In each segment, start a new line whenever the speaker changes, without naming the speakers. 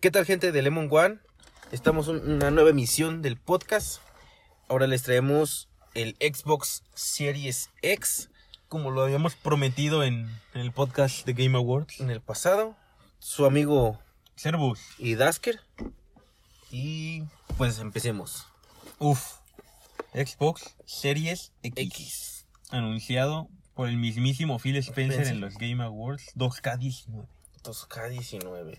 ¿Qué tal gente de Lemon One? Estamos en una nueva emisión del podcast. Ahora les traemos el Xbox Series X
Como lo habíamos prometido en, en el podcast de Game Awards.
en el pasado. Su amigo
Servus.
Idasker. Y pues empecemos.
Uf. Xbox Series X,
X.
Anunciado por el mismísimo Phil Spencer
Spencer.
en los Game Awards 2K19.
2K19.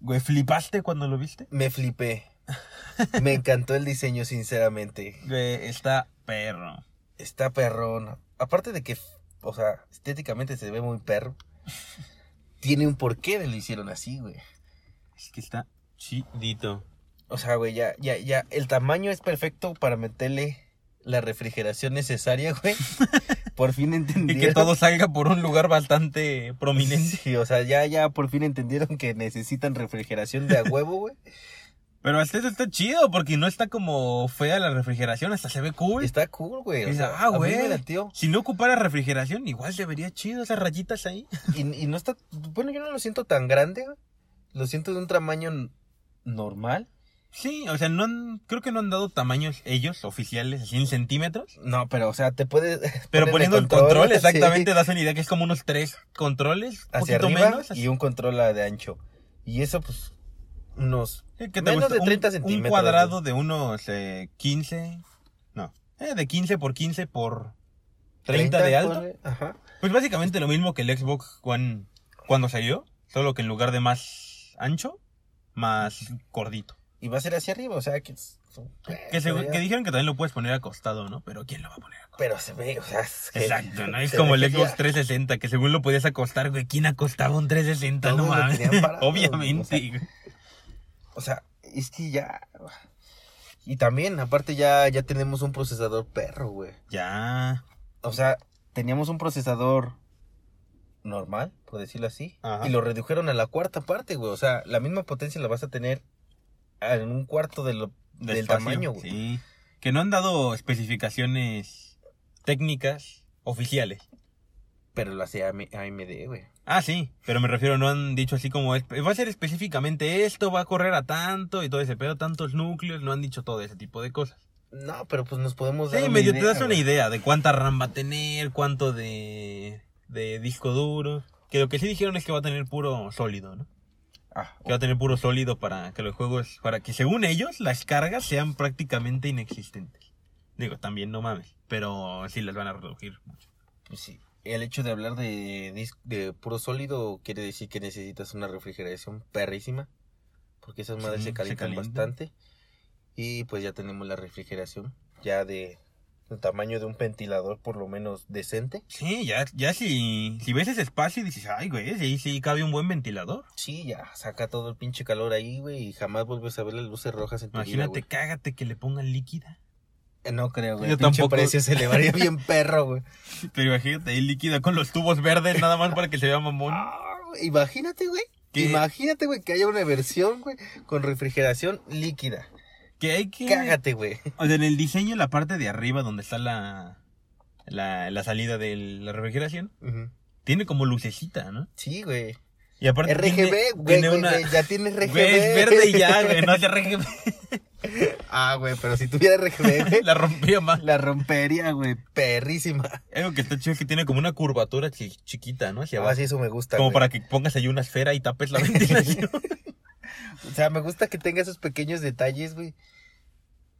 Güey, ¿flipaste cuando lo viste?
Me flipé. Me encantó el diseño, sinceramente.
Güey, está perro.
Está perrón. Aparte de que, o sea, estéticamente se ve muy perro. Tiene un porqué de lo hicieron así, güey.
Es que está chidito.
O sea, güey, ya, ya, ya. El tamaño es perfecto para meterle la refrigeración necesaria, güey. Por fin
Y
entendieron.
que todo salga por un lugar bastante prominente.
Sí, o sea, ya, ya por fin entendieron que necesitan refrigeración de a huevo, güey.
Pero hasta eso está chido porque no está como fea la refrigeración, hasta se ve cool.
Está cool, güey. O
Dices,
sea,
"Ah,
a mí
güey".
me latió.
Si no ocupara refrigeración, igual se vería chido esas rayitas ahí.
Y, y no está. Bueno, yo no lo siento tan grande, güey. Lo siento de un tamaño n- normal.
Sí, o sea, no han- creo que no han dado tamaños ellos oficiales así en centímetros.
No, pero, o sea, te puede.
Pero
ponerle
poniendo el control,
Pues sí,
exactamente, das una idea que es como unos tres controles, un
hacia
poquito
arriba
menos. eh,
y un control a de ancho. Y eso, pues, unos.
¿Qué
menos de
Un-
30
Un,
centímetros,
cuadrado de unos eh, 15, no, eh, de 15 por 15 por 30, de alto.
ponle, Ajá.
Pues básicamente lo mismo que el Xbox One cuando salió, solo que en lugar de más ancho, más gordito.
Y va a ser hacia arriba, o sea, que. es-
Que, se-
se vea-
que dijeron que también lo puedes poner acostado, ¿no? Pero ¿quién lo va a poner acostado?
Pero se ve, o sea. es que-
Exacto, ¿no? Es
Eh, se
como
ve
el
que ah.
Xbox
ya
360, que según lo podías acostar, güey. ¿Quién acostaba un 360? No
Todos lo
mames.
tenían parado,
Obviamente. güey.
O sea, es que ya. Y también, aparte, ya, ya tenemos un procesador perro, güey.
Ya.
O sea, teníamos un procesador normal, por decirlo así.
Ajá.
Y lo redujeron a la cuarta parte, güey. O sea, la misma potencia la vas a tener en un cuarto de lo-
de
del
espacio,
tamaño, güey.
Sí. Que no han dado especificaciones técnicas oficiales.
Pero lo hacía AM- AMD, güey.
Ah, sí, pero me refiero, no han dicho así como, "Espe- va a ser específicamente esto, va a correr a tanto y todo ese pedo, tantos núcleos, no han dicho todo ese tipo de cosas.
No, pero pues nos podemos dar
Sí,
una
medio te das una
güey.
idea de cuánta RAM va a tener, cuánto de, de disco duro. Que lo que sí dijeron es que va a tener puro sólido, ¿no?
Ah,
Que va a tener puro sólido para que los juegos, para que según ellos, las cargas sean prácticamente inexistentes. Digo, también no mames, pero sí las van a reducir mucho.
pues sí. El hecho de hablar de, dis- de puro sólido quiere decir que necesitas una refrigeración perrísima. Porque esas madres
Sí,
se
se
calientan
calientan.
bastante. Y pues ya tenemos la refrigeración. Ya de, del tamaño de un ventilador por lo menos decente.
Sí, ya, ya si, si ves ese espacio y dices, ay, güey, sí, sí cabe un buen ventilador.
Sí, ya saca todo el pinche calor ahí, güey. Y jamás vuelves a ver las luces rojas en tu vida,
Imagínate,
güey.
cágate que le pongan líquida.
Eh, No creo, güey.
Yo
El pinche
tampoco.
precio se elevaría bien perro, güey.
Pero imagínate ahí líquida con los tubos verdes nada más para que se vea mamón.
Ah, güey, imagínate, güey.
¿Qué?
Imagínate, güey, que haya una versión, güey, con refrigeración líquida.
Que hay que...
Cágate, güey.
O sea, en el diseño, la parte de arriba donde está la, la, la salida de la refrigeración,
Ujú.
tiene como lucecita, ¿no?
Sí, güey.
Y aparte tiene-
RGB, güey,
tiene
güey,
una-
güey, ya tienes RGB.
Güey, es verde y ya, güey, no es RGB.
Ah, güey, pero si tuviera RGB, güey,
la rompió más.
la rompería, güey, perrísima.
Algo que está chido es que tiene como una curvatura chi- chiquita, ¿no? Hacia
Ah,
abajo.
sí, eso me gusta,
como
güey.
para que pongas ahí una esfera y tapes la ventilación.
O sea, me gusta que tenga esos pequeños detalles, güey,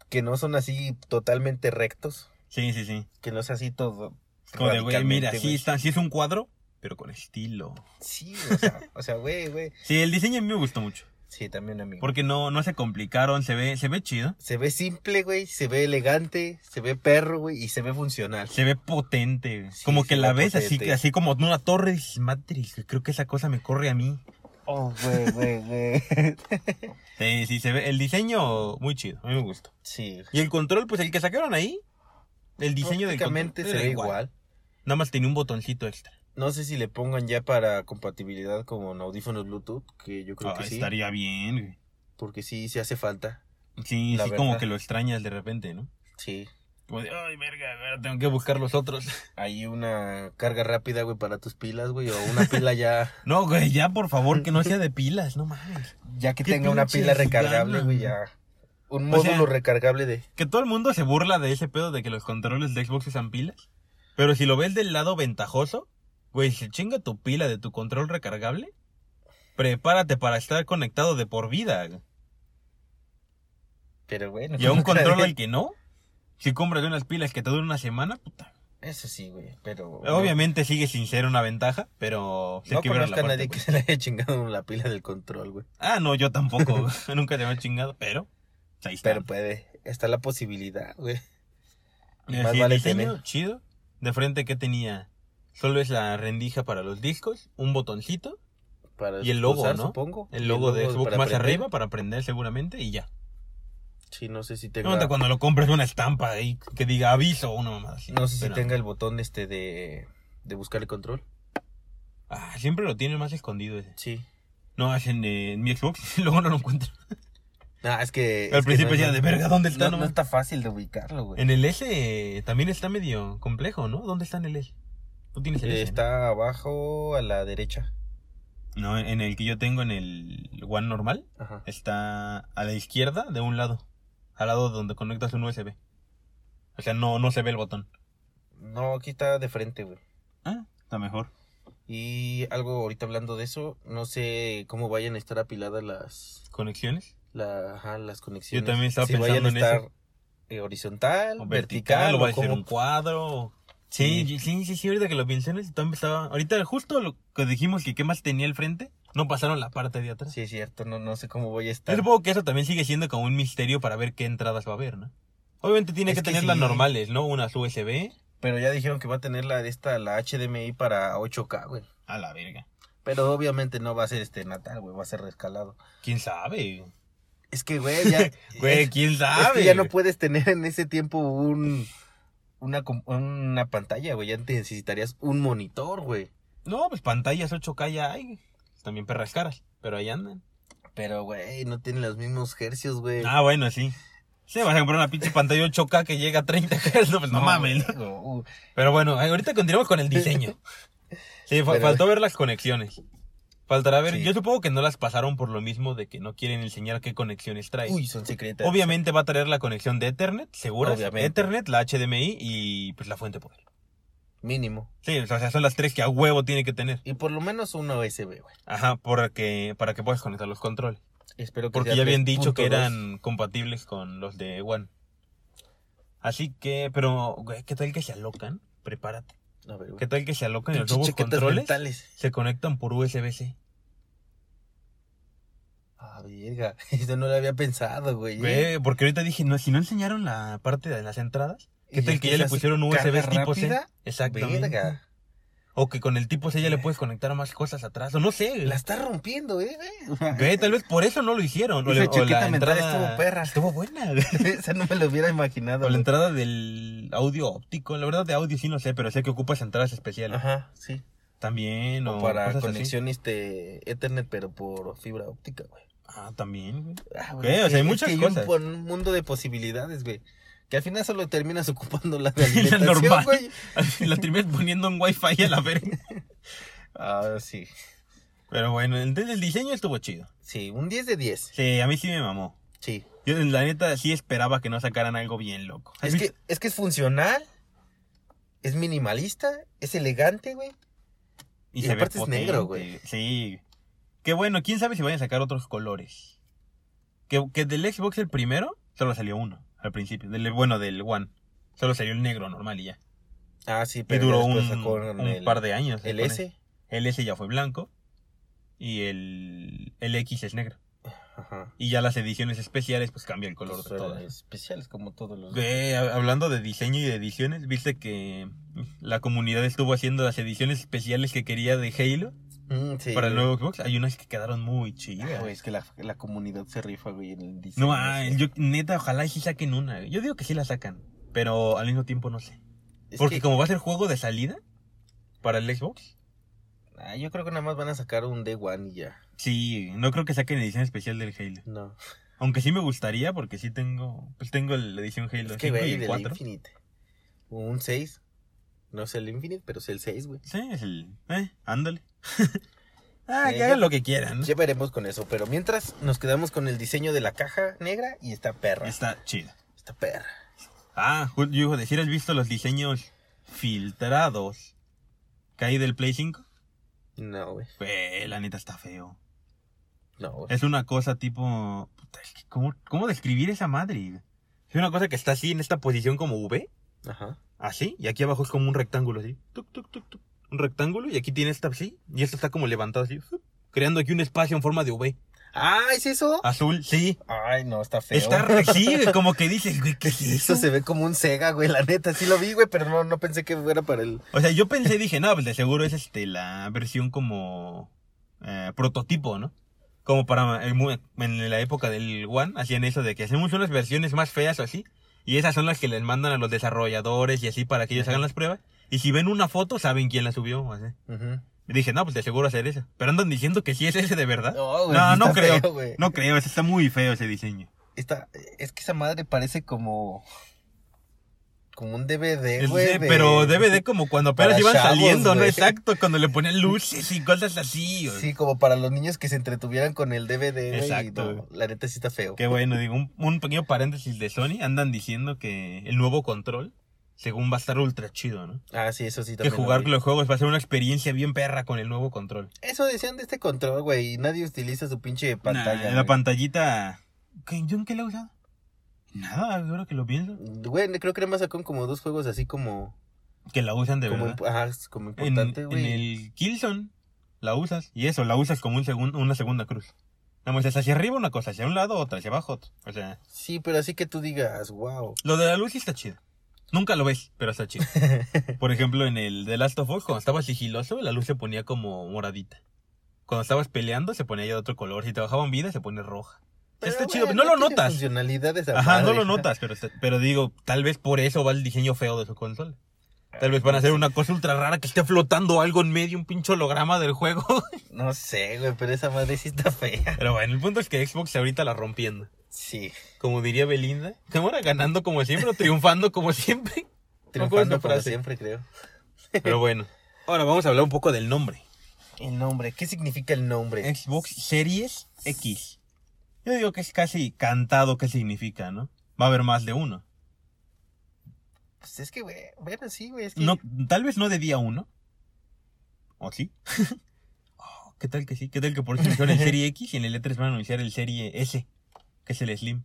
que no son así totalmente rectos,
sí, sí, sí.
que no es así todo
Como de, güey, mira,
radicalmente,
sí, está, sí es un cuadro, pero con estilo.
Sí, o sea, o sea, güey, güey.
Sí, el diseño a mí me gustó mucho.
Sí, también a mí.
Porque no, no se complicaron, se ve, se ve chido.
Se ve simple, güey, se ve elegante, se ve perro, güey, y se ve funcional.
Se ve potente, güey.
Sí,
como
se
que
ve
la ves así,
potente.
que- así como en una torre, dices, Matrix, güey, creo que esa cosa me corre a mí.
Oh, güey, güey, güey.
Sí, sí, se ve. El diseño, muy chido, a mí me gustó.
Sí.
Y el control, pues el que sacaron ahí, el diseño del control.
Prácticamente
era
se ve igual.
Nada más tenía un botoncito extra.
No sé si le pongan ya para compatibilidad con audífonos Bluetooth, que yo creo
Ah,
que sí.
Estaría bien,
Porque sí, sí hace falta.
güey. Sí,
La
sí, como
verdad.
que lo extrañas de repente, ¿no?
Sí.
Como de, ay, verga, ahora tengo que buscar los otros.
Hay una carga rápida, güey, para tus pilas, güey, o una pila ya,
No, güey, ya, por favor, que no sea de pilas, no mames.
ya que
Qué
tenga una
pinche
pila recargable,
gana,
güey,
güey.
ya. Un
O sea-
módulo recargable de...
Que todo el mundo se burla de ese pedo de que los controles de Xbox usan pilas. Pero si lo ves del lado ventajoso, güey, si chinga tu pila de tu control recargable, prepárate para estar conectado de por vida. güey.
Pero bueno.
Y a un control al que no, si compras unas pilas que te duran una semana, puta.
Eso sí, güey, pero...
Obviamente sigue sin ser una ventaja, pero... se
No
quiebra la
conozco a
parte,
nadie
güey.
que se le haya chingado la pila del control, güey.
Ah, no, yo tampoco. güey. Nunca te había chingado, pero... Ahí está.
Pero pues, puede, está la posibilidad, güey.
Eh,
Más
sí,
vale
diseño
tener.
chido. De frente, ¿qué tenía? Solo es la rendija para los discos, un botoncito,
Para
Y el logo,
usar,
¿no?
supongo.
el logo, de Xbox
para
más
prender.
arriba para prender seguramente y ya.
Sí, no sé si tenga...
Pregunta cuando lo compres una estampa ahí que diga aviso o una mamada así.
No sé si
Pero-
tenga el botón este de, de buscar el control.
Ah, siempre lo tiene más escondido ese.
Sí.
No, es en, eh, en mi Xbox, luego no lo encuentro.
Ah, es que.
Al
es que
principio
no es-
decía, de verga, ¿dónde está?
No,
No
no
mames.
está fácil de ubicarlo, güey. Eh,
En el S también está medio complejo, ¿no? ¿Dónde está en el S? Tú tienes el
Eh,
S. ¿no?
Está abajo a la derecha.
No, en el que yo tengo en el One normal.
Ajá.
está a la izquierda de un lado, al lado donde conectas un USB. O sea, no, no se ve el botón.
No, aquí está de frente, güey.
Ah, está mejor.
Y algo ahorita hablando de eso, no sé cómo vayan a estar apiladas las,
¿Conexiones?
la- ajá, las conexiones.
Yo también estaba
si
pensando
vayan
en
a estar eh, horizontal,
¿O
vertical,
vertical? ¿O va a ser
cómo-
un cuadro? Sí, sí, sí, sí, ahorita que lo mencionas, también estaba... Ahorita justo lo que dijimos que qué más tenía el frente, no pasaron la parte de atrás.
Sí, es cierto, no, no sé cómo voy a
Yo
estar.
supongo que eso también sigue siendo como un misterio para ver qué entradas va a haber, ¿no? Obviamente tiene
Es
que,
que
tener las
sí.
normales, ¿no? Unas USB.
Pero ya dijeron que va a tener la de esta, la HDMI para 8K, güey.
A la verga.
Pero obviamente no va a ser este natal, güey, va a ser rescalado.
¿Quién sabe?
Es que, güey, ya.
Güey,
es-
¿quién
es
sabe?
que ya no puedes tener en ese tiempo un. Una, com- una pantalla, güey. Ya te necesitarías un monitor, güey.
No, pues pantallas 8K ya hay. También perras caras, pero ahí andan.
Pero, güey, no tiene los mismos hercios, güey.
Ah, bueno, sí. Sí, vas a comprar una pinche pantalla 8K que llega a 30 Hz, no, pues no, mames.
güey, no, uh,
Pero bueno, ay, ahorita continuamos con el diseño. Sí, fa-
Pero-
faltó ver las conexiones. Faltará ver,
Sí.
yo supongo que no las pasaron por lo mismo de que no quieren enseñar qué conexiones trae.
Uy, son secretas.
Obviamente va a traer la conexión de Ethernet, segura.
Obviamente.
Ethernet, la HDMI y pues la fuente de poder.
Mínimo.
Sí, o sea, son las tres que a huevo tiene que tener.
Y por lo menos una USB, güey.
Ajá, porque, para que puedas conectar los controles.
Espero que
Porque
sea
ya habían dicho que
3.2.
eran compatibles con los de One. Así que, pero, güey, ¿qué tal que se alocan? Prepárate.
A ver, güey.
¿Qué tal que se alocan y los
Pinches
nuevos
chaquetas
controles
mentales.
se conectan por USB-C?
Ah, verga. Eso no lo había pensado, güey. ¿eh?
Güey, porque ahorita dije, no, si no enseñaron la parte de las entradas, ¿qué
Y
tal
es
que ya le
esas
pusieron USB
cargas
tipo C?
rápida,
Exactamente.
Verga.
O que con el tipo C ya le puedes conectar más cosas atrás, o no sé.
La está rompiendo, eh, güey.
Güey, tal vez por eso no lo hicieron. O,
Esa
le- o la
chaqueta mental
entrada
estuvo perra.
Estuvo buena, güey.
Esa no me lo hubiera imaginado.
O la
güey.
entrada del audio óptico. La verdad, de audio sí no sé, pero sé que ocupas entradas especiales.
Ajá, sí.
También, o,
Ah. O para
cosas así.
conexión este Ethernet, pero por fibra óptica, güey.
Ah, también, güey.
Ah,
Ok,
es
o sea,
que-
hay
es
muchas
que un-
cosas.
por un mundo de posibilidades, güey. Que al final solo terminas ocupando la de
La
alimentación,
normal.
güey.
La terminas poniendo en wifi a la verga.
Ah, sí.
Pero bueno, entonces el diseño estuvo chido.
Sí, un 10 de 10.
Sí, a mí sí me mamó.
Sí.
Yo, la neta, sí esperaba que no sacaran algo bien loco.
Es que, es que es funcional, es minimalista, es elegante, güey. y aparte es negro, güey.
Sí. Qué bueno, quién sabe si vayan a sacar otros colores. Que, que del Xbox el primero, solo salió uno al principio. Del, bueno, del One. Solo salió el negro normal y ya.
Ah, sí,
Y
pero
duró un,
después sacaron
un
el,
par de años. se
el
supone.
S.
El S ya fue blanco. Y el, el X es negro.
Ajá.
Y ya las ediciones especiales, pues cambia el color de
Pues eran
todas.
Especiales como todos los...
Güey, hab- hablando de diseño y de ediciones, viste que la comunidad estuvo haciendo las ediciones especiales que quería de Halo
Mm, sí,
para el
güey.
nuevo Xbox. Hay unas que quedaron muy
Ah,
chidas.
güey, es que la, la comunidad se rifa, güey, en el diseño.
no, ah, yo neta, ojalá y sí saquen una. Yo digo que sí la sacan, pero al mismo tiempo no sé.
Es
Porque
que-
como va a ser juego de salida para el Xbox,
Ah, yo creo que nada más van a sacar un Day One y ya.
sí, no creo que saquen edición especial del Halo.
No.
Aunque sí me gustaría porque sí tengo, pues tengo la edición Halo
Es que,
5 y
güey,
el
del
4.
Infinite. o un 6. No sé el Infinite, pero sé el 6, güey.
Sí, es el. Eh, ándale. ah,
Eh,
que
ya-
hagan lo que quieran.
Ya veremos con eso, pero mientras nos quedamos con el diseño de la caja negra y esta perra.
Está chido.
Esta perra.
Ah, ju- yo iba a decir, ¿has visto los diseños filtrados que hay del Play 5?
No, güey.
Güey, Eh, la neta está feo.
No, güey.
Es una cosa tipo. puta, es que ¿Cómo, cómo describir esa madre? Es una cosa que está así en esta posición como V,
Ajá.
así, y aquí abajo es como un rectángulo así. Tuc, tuc, tuc, tuc. Un rectángulo, y aquí tiene esta así, y esta está como levantada así, ¡fup! creando aquí un espacio en forma de V.
Ah, ¿es eso?
Azul, sí.
Ay, no, está feo.
Está re- sí, güey, como que dices, güey, ¿qué es
Eso
eso?
se ve como un Sega, güey, la neta. Sí lo vi, güey, pero no, no pensé que fuera para el...
O sea, yo pensé, dije, no, pues de seguro es este la versión como eh, prototipo, ¿no? Como para eh, mu- en la época del One hacían eso de que hacemos unas versiones más feas o así, y esas son las que les mandan a los desarrolladores y así para que ellos
Ajá.
hagan las pruebas. Y si ven una foto, saben quién la subió. o así.
Ujú.
Y dije, no, pues de seguro hacer eso. Pero andan diciendo que sí es ese de verdad.
No, güey,
No,
sí
no
está
creo.
feo, güey.
No creo, ese está muy feo ese diseño.
Está- es que esa madre parece como... Como un DVD,
Es-
güey.
eh,
de-
pero DVD como cuando apenas
para
iban
chavos,
saliendo, ¿no?
güey.
Exacto, cuando le ponían luces y cosas así. o-
Sí, como para los niños que se entretuvieran con el DVD, güey.
Exacto,
Exacto.
güey.
la neta sí está feo.
Qué bueno, digo, un, un pequeño paréntesis de Sony. Andan diciendo que el nuevo control, según va a estar ultra chido, ¿no?
Ah, sí, eso sí
Que
también. lo
jugar
vi.
con los juegos va a ser una experiencia bien perra con el nuevo control.
Eso decían de este control, güey. y Nadie utiliza su pinche pantalla.
Nah, la
güey.
pantallita. ¿Qué- ¿Yo en qué la he usado? Nada, ahora que lo pienso.
Güey, creo que además sacó como dos juegos así como.
Que la usan de
como,
verdad.
imp- ajá, como
En,
importante,
en
güey.
el Killzone la usas. Y eso, la usas como un segun- una segunda cruz. Nada más es hacia arriba una cosa, hacia un lado otra, hacia abajo otra. O sea,
Sí, pero así que tú digas, wow.
Lo de la luz sí está chido. Nunca lo ves, pero está chido. Por ejemplo, en el The Last of Us, cuando estabas sigiloso, la luz se ponía como moradita. Cuando estabas peleando, se ponía ya de otro color. Si te bajaban vida, se pone roja. está chido, no lo notas. Ajá, no lo notas, pero, está- pero digo, tal vez por eso va el diseño feo de su consola. Tal vez van a hacer una cosa ultra rara que esté flotando algo en medio, un pinche holograma del juego.
No sé, güey, pero esa madre sí está fea.
Pero bueno, el punto es que Xbox ahorita la rompiendo.
Sí.
Como diría Belinda, cámara ganando como siempre, o triunfando como siempre. acuerdo
Triunfando
esa
para
frase.
siempre, creo.
Pero bueno. Ahora vamos a hablar un poco del nombre.
El nombre, ¿qué significa el nombre?
Xbox Series X. Yo digo que es casi cantado qué significa, ¿no? Va a haber más de uno.
Pues es que, güey, bueno, sí, güey, es que.
No, tal vez no de día uno. ¿O sí? Oh, ¿Qué tal que sí? ¿Qué tal que por eso anunciaron el Serie X y en el E3 van a anunciar el Serie S? Que es el Slim.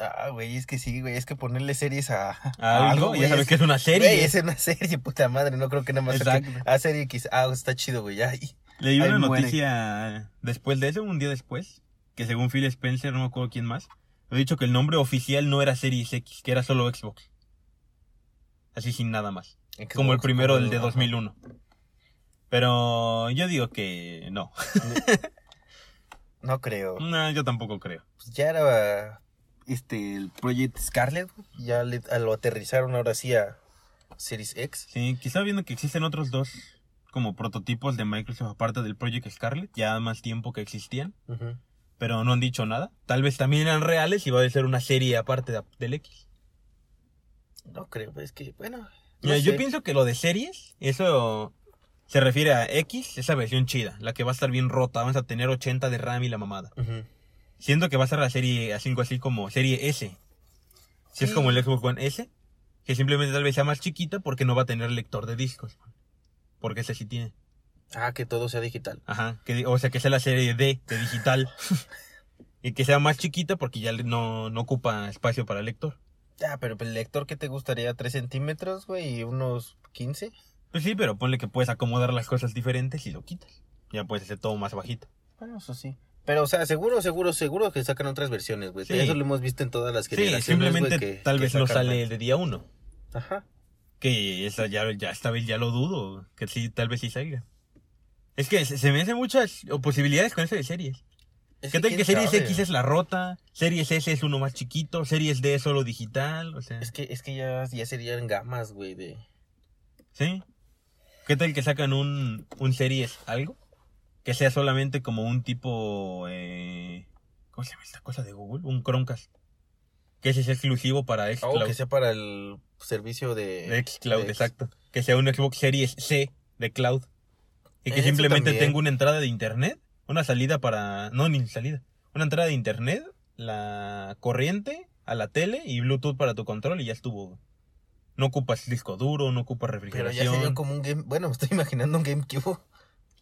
Ah, güey, es que sí, güey, es que ponerle series a,
Ah, algo,
güey,
ya sabes
es-
que es una serie.
Güey, es una serie, puta madre, no creo que nada más.
Exacto.
saque- Ah, serie X. Ah, está chido, güey, ya. y-
Leí una
Ahí muere.
noticia después de eso, un día después, que según Phil Spencer, no me acuerdo quién más, había dicho que el nombre oficial no era Series X, que era solo Xbox. Así sin nada más. Como el
Xbox,
primero,
como
el de
ajá.
2001. Pero yo digo que no.
No creo.
No, yo tampoco creo.
Pues ya era este el Project Scarlet, güey, ya le- a lo aterrizaron ahora sí a Series X.
Sí, quizá viendo que existen otros dos como prototipos de Microsoft aparte del Project Scarlet, ya más tiempo que existían,
Ujú.
pero no han dicho nada. Tal vez también eran reales y va a ser una serie aparte de- del X.
No creo, pero es que, bueno.
Mira,
no
yo
sé.
pienso que lo de series, eso se refiere a X, esa versión chida, la que va a estar bien rota, vamos a tener 80 de RAM y la mamada.
Ujú.
Siento que va a ser la serie así, así como serie S. Si es
Sí.
como el Xbox One S, que simplemente tal vez sea más chiquita porque no va a tener lector de discos. Porque ese sí tiene.
Ah, que todo sea digital.
Ajá. que di- o sea, que sea la serie D de digital. y que sea más chiquita porque ya le- no, no ocupa espacio para lector.
Ah, pero el lector que te gustaría 3 centímetros, güey, y unos 15.
Pues sí, pero ponle que puedes acomodar las cosas diferentes y lo quitas. Ya puedes hacer todo más bajito.
Bueno, eso sí. Pero, o sea, seguro, seguro, seguro que sacan otras versiones, güey.
Sí.
Eso lo hemos visto en todas las
Sí,
generaciones.
simplemente
güey, que-
tal
que
vez no
sacan,
sale
güey.
de día uno.
Ajá.
Que esa ya, ya esta vez ya lo dudo. Que sí, tal vez sí salga. Es que se, se me hacen muchas o, posibilidades con eso de series.
Es
¿Qué tal
quién
que Series
sabe?
X es la rota? Series S es uno más chiquito. Series D es solo digital. O sea,
Es que, es que ya, ya serían gamas, güey, de...
¿sí? ¿Qué tal que sacan un, un Series algo? Que sea solamente como un tipo. eh, ¿Cómo se llama esta cosa de Google? Un Chromecast. Que ese es exclusivo para
Oh,
Xcloud.
que sea para el servicio de...
De Xcloud,
de X.
exacto. Que sea un Xbox Series C de Cloud. Y que
Eso
simplemente
también.
tenga una entrada de internet, una salida para. No, ni salida. Una entrada de internet, la corriente a la tele y Bluetooth para tu control y ya estuvo. No ocupas disco duro, no ocupas
Pero
refrigeración.
ya sería como un game... Bueno, me estoy imaginando un GameCube.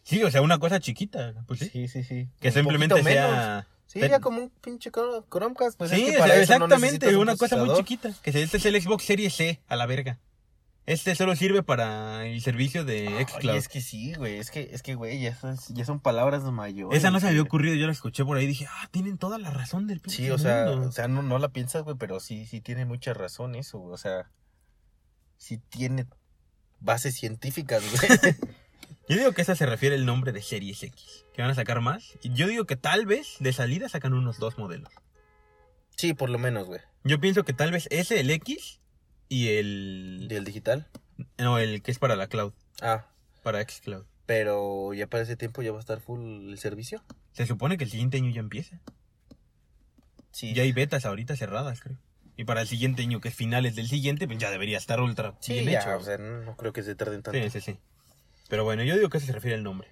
Sí, o sea, una cosa chiquita, pues sí.
sí, sí.
Que
Un
simplemente
poquito menos.
sea.
Sí,
ten-
era como un pinche Chrome- Chromecast. Pues es
sí,
que
o sea,
para eso no
exactamente,
necesitas un
una cosa muy
procesador.
chiquita. Que se- este es el Xbox Series C, a la verga. Este solo sirve para el servicio de
Ay,
Xcloud.
es que sí, güey. Es que, es que, güey, ya, son- ya son palabras mayores.
Esa no se me
güey.
había ocurrido, yo la escuché por ahí y dije, ah, tienen toda la razón del pinche
Sí, o sea,
mundo".
o sea no, no la piensas, güey, pero sí, sí tiene mucha razón eso, güey. O sea, sí tiene bases científicas, güey.
Yo digo que a esa se refiere el nombre de Series X, que van a sacar más. Y yo digo que tal vez de salida sacan unos dos modelos.
sí, por lo menos, güey.
Yo pienso que tal vez ese, el X y el...
¿Y el digital?
No, el que es para la cloud,
Ah,
para xCloud.
pero ya para ese tiempo ya va a estar full el servicio.
Se supone que el siguiente año ya empieza.
Sí.
Ya hay betas ahorita cerradas, creo. Y para el siguiente año, que es finales del siguiente, pues ya debería estar ultra
Sí,
bien
ya,
hecho.
o sea, no, no creo que se tarden tanto.
sí, sí, sí. Pero bueno, yo digo que a eso se refiere el nombre.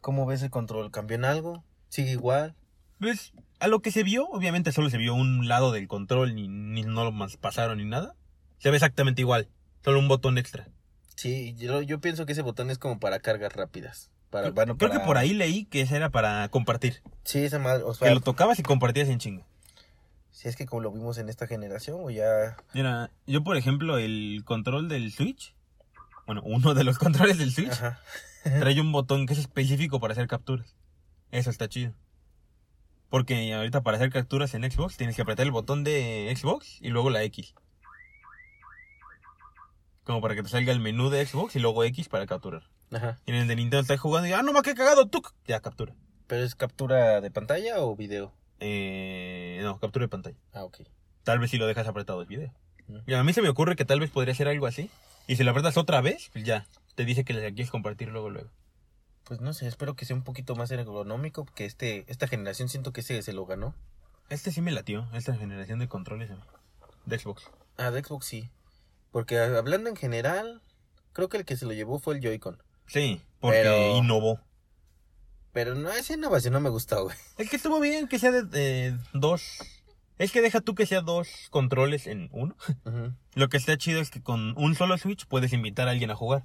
¿Cómo ves el control? ¿Cambió en algo? ¿Sigue igual?
Pues, a lo que se vio, obviamente solo se vio un lado del control, ni, ni no lo mas- pasaron ni nada. Se ve exactamente igual, solo un botón extra.
Sí, yo, yo pienso que ese botón es como para cargas rápidas. Para,
Creo-
bueno,
Creo
para-
que por ahí leí que ese era para compartir.
Sí, esa madre, o
Que
sea,
lo tocabas y compartías en chinga.
si es que como lo vimos en esta generación, güey, ya...
Mira, yo por ejemplo, el control del Switch, bueno, uno de los controles del Switch,
Ajá.
trae un botón que es específico para hacer capturas. Eso está chido. Porque ahorita para hacer capturas en Xbox tienes que apretar el botón de Xbox y luego la X. Como para que te salga el menú de Xbox y luego X para capturar.
Ajá.
Y en el de Nintendo estás jugando y ah, no más que cagado, tú. Ya captura.
¿Pero es captura de pantalla o video?
Eh, no, captura de pantalla.
Ah, ok.
Tal vez si lo dejas apretado el video.
Mm.
Y a mí se me ocurre que tal vez podría ser algo así. Y si lo apretas otra vez, pues ya. Te dice que le quieres compartir luego, luego.
Pues no sé, espero que sea un poquito más ergonómico, porque este, esta generación siento que ese se lo ganó.
Este sí me latió, esta generación de controles a mí, de Xbox.
Ah, de Xbox sí. Porque ah, hablando en general, creo que el que se lo llevó fue el Joy-Con.
Sí, porque
Pero-
innovó.
Pero no, esa innovación no me gusta, güey.
Es que estuvo bien que sea de, de dos. Es que deja tú que sea dos controles en uno.
Ujú.
Lo que está chido es que con un solo Switch puedes invitar a alguien a jugar.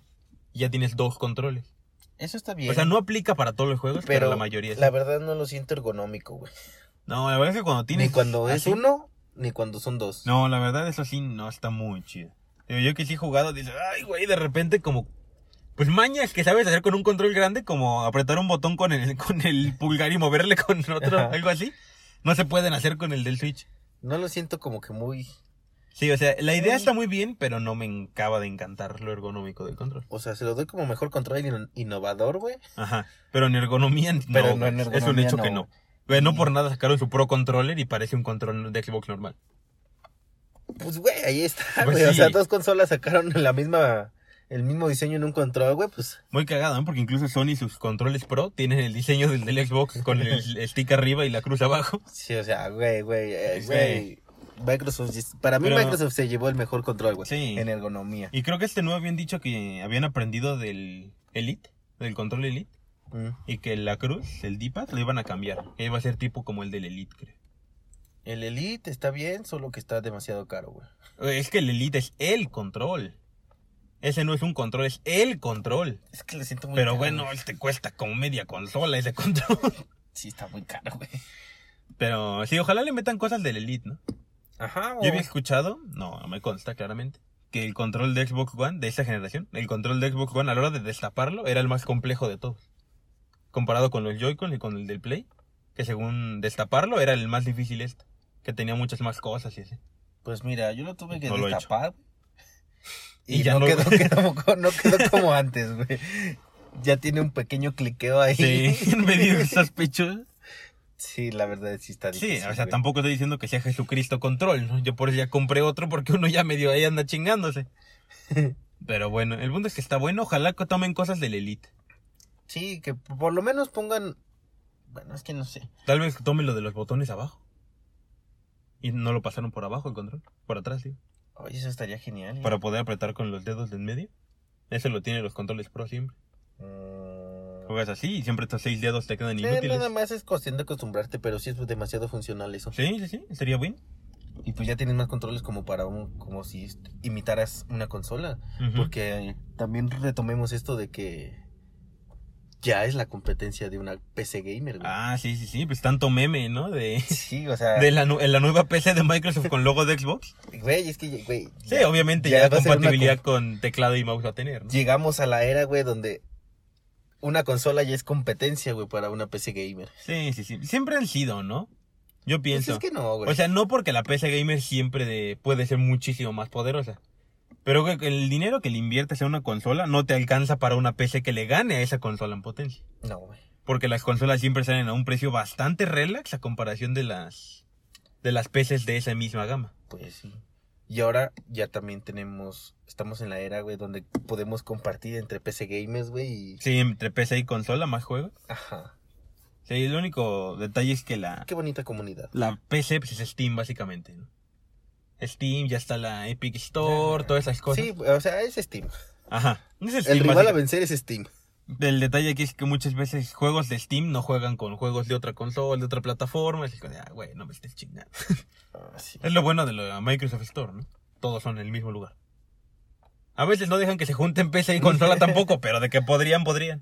Y Ya tienes dos controles.
Eso está bien.
O sea, no aplica para todos los juegos, pero, la mayoría sí.
La verdad no lo siento ergonómico, güey.
No, la verdad es que cuando tienes.
Ni cuando es
así-
uno, ni cuando son dos.
Pues, No, la verdad, eso sí no está muy chido. Pero yo que sí he jugado, dices, ay, güey, de repente como. Pues mañas que sabes hacer con un control grande, como apretar un botón con el, con el pulgar y moverle con otro,
Ajá.
algo así. No se pueden hacer con el del Switch.
No lo siento como que muy.
Sí, o sea, la idea
Sí.
está muy bien, pero no me acaba de encantar lo ergonómico del control.
O sea, se lo doy como mejor control ino- innovador, güey.
Ajá. Pero en ergonomía, no,
Pero no en
güey, es un
ergonomía,
hecho que
no. Mm.
no. Güey, no
Sí.
por nada sacaron su Pro Controller y parece un control de Xbox normal.
Pues, güey, ahí está,
Pues
güey. O
sí.
sea, dos consolas sacaron la misma. El mismo diseño en un control, güey, pues.
Muy cagado, ¿no? Porque incluso Sony sus controles Pro tienen el diseño del, del Xbox con el stick arriba y la cruz abajo.
Sí, o sea, güey, güey, eh,
Sí.
güey. Microsoft, para mí
Pero-
Microsoft se llevó el mejor control, güey.
Sí.
En ergonomía.
Y creo que este nuevo habían dicho que habían aprendido del Elite, del control Elite,
Mm.
y que la cruz, el D-pad, lo iban a cambiar. Que iba a ser tipo como el del Elite, creo.
El Elite está bien, solo que está demasiado caro, güey.
Eh, Es que el Elite es el control. Ese no es un control, es el control.
Es que lo siento muy
Pero
caro,
bueno,
güey.
te cuesta como media consola ese control.
Sí, está muy caro, güey.
Pero sí, ojalá le metan cosas del Elite, ¿no?
Ajá,
Yo había escuchado, no, no me consta claramente, que el control de Xbox One de esta generación, el control de Xbox One a la hora de destaparlo era el más complejo de todos. Comparado con los Joy-Con y con el del Play, que según destaparlo era el más difícil este, que tenía muchas más cosas y así.
Pues mira, yo lo tuve que
No lo he hecho.
destapar.
Y
Y,
ya
no,
no,
quedó,
güey.
quedó como, no quedó como antes, güey. Ya tiene un pequeño cliqueo ahí.
Sí,
Sí,
medio sospechoso.
la verdad sí está
Sí,
difícil.
o sea,
güey.
tampoco estoy diciendo que sea Jesucristo control, ¿no? Yo por eso ya compré otro porque uno ya medio ahí anda chingándose. Pero bueno, el punto es que está bueno, ojalá que tomen cosas del Elite.
Sí, que por lo menos pongan... Bueno, es que no sé.
Tal vez tomen lo de los botones abajo. Y no lo pasaron por abajo el control. Por atrás, digo.
Oye, eso estaría genial. ¿eh?
para poder apretar con los dedos de en medio. Eso lo tienen los controles pro siempre.
Mm.
Juegas así y siempre estos seis dedos te quedan
Sí,
inútiles.
nada más es cuestión de acostumbrarte, pero sí es demasiado funcional eso.
Sí, sí, sí, sería win.
Y pues ya tienes más controles como para un, como si est- imitaras una consola.
Ujú.
Porque también retomemos esto de que ya es la competencia de una PC gamer, güey.
Ah, sí, sí, sí, pues tanto meme, ¿no? De,
Sí, o sea,
de la, nu- en la nueva PC de Microsoft con logo de Xbox.
güey, es que, güey,
Sí,
ya
obviamente
ya
ya, la
va a ser una
compatibilidad con teclado y mouse va a tener, ¿no?
llegamos a la era, güey, donde una consola ya es competencia, güey, para una PC gamer.
Sí, sí, sí. Siempre han sido, ¿no? Yo
Pues
pienso.
es que no, güey.
O sea, no porque la PC gamer siempre de- puede ser muchísimo más poderosa. Pero que el dinero que le inviertes a una consola no te alcanza para una PC que le gane a esa consola en potencia.
no, güey.
Porque las consolas siempre salen a un precio bastante relax a comparación de las de las PCs de esa misma gama.
Pues sí. Y ahora ya también tenemos, estamos en la era, güey, donde podemos compartir entre PC gamers, güey, y...
Sí, entre PC y consola más juegos.
Ajá.
Sí, el único detalle es que la,
Qué bonita comunidad.
la PC pues, es Steam básicamente. ¿no? Steam, ya está la Epic Store, todas esas cosas.
Sí, o sea, es Steam.
Ajá. Es
El
Steam,
rival a
básicamente.
vencer es Steam.
El detalle aquí es que muchas veces juegos de Steam no juegan con juegos de otra consola, de otra plataforma. Es como, de, ah, güey, no me estés chingando.
Ah, sí.
Es lo bueno de la Microsoft Store, ¿no? Todos son en el mismo lugar. A veces no dejan que se junten PC y consola tampoco, pero de que podrían, podrían.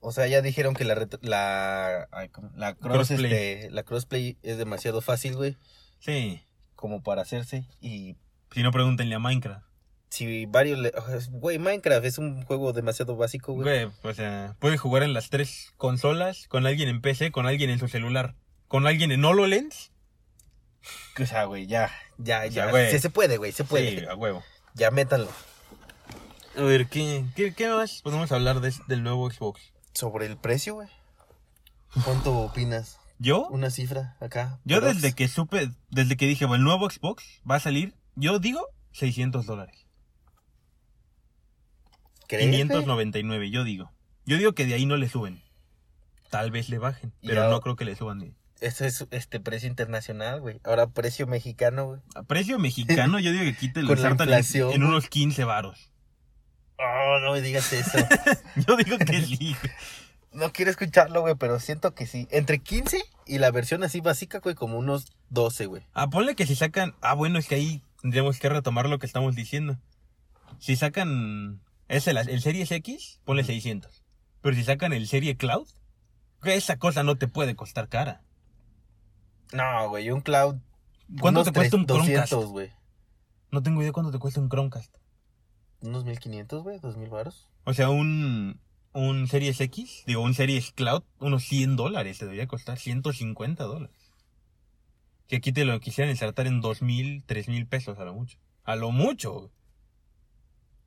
O sea, ya dijeron que la ret- la ay, ¿cómo? la cross
Crossplay.
este, la crossplay es demasiado fácil, güey,
Sí.
como para hacerse y
Si no, pregúntenle a Minecraft.
si varios le- o sea, güey, Minecraft es un juego demasiado básico, güey.
Güey, o sea, puedes jugar en las tres consolas, con alguien en PC, con alguien en su celular, con alguien en HoloLens.
O sea, güey, ya, ya,
O sea,
ya.
güey.
Sí, se puede, güey, se puede.
Sí, a huevo.
Ya métanlo.
A ver, ¿qué, qué, qué más podemos hablar de- del nuevo Xbox?
Sobre el precio, güey. ¿Cuánto opinas?
¿Yo?
Una cifra acá.
Yo
pero-
desde que supe, desde que dije, bueno, el nuevo Xbox va a salir, yo digo 600 dólares.
¿Crees, güey?
599, yo digo. Yo digo que de ahí no le suben. Tal vez le bajen,
Y
pero
ahora-
no creo que le suban. ni-
Eso es este precio internacional, güey. Ahora precio mexicano, güey.
A precio mexicano, yo digo que quiten
Con
los
la
sartén en-
inflación.
en unos 15 varos.
Oh, no me digas eso.
Yo digo que sí.
No quiero escucharlo, güey, pero siento que sí. Entre 15 y la versión así básica, güey, como unos 12, güey.
Ah, ponle que si sacan. Ah, bueno, es que ahí tendríamos que retomar lo que estamos diciendo. Si sacan. Es el, el Series X, ponle 600. Pero si sacan el Serie Cloud, esa cosa no te puede costar cara.
No, güey, un cloud.
¿Cuánto
unos
te cuesta
tres-
un Chromecast?
200, güey.
No tengo idea cuánto te cuesta un Chromecast.
Unos 1500, güey, 2000 baros.
O sea, un, un Series X, digo, un Series Cloud, unos 100 dólares te debería costar, 150 dólares. Que aquí te lo quisieran insertar en 2.000, 3.000 pesos a lo mucho. A lo mucho.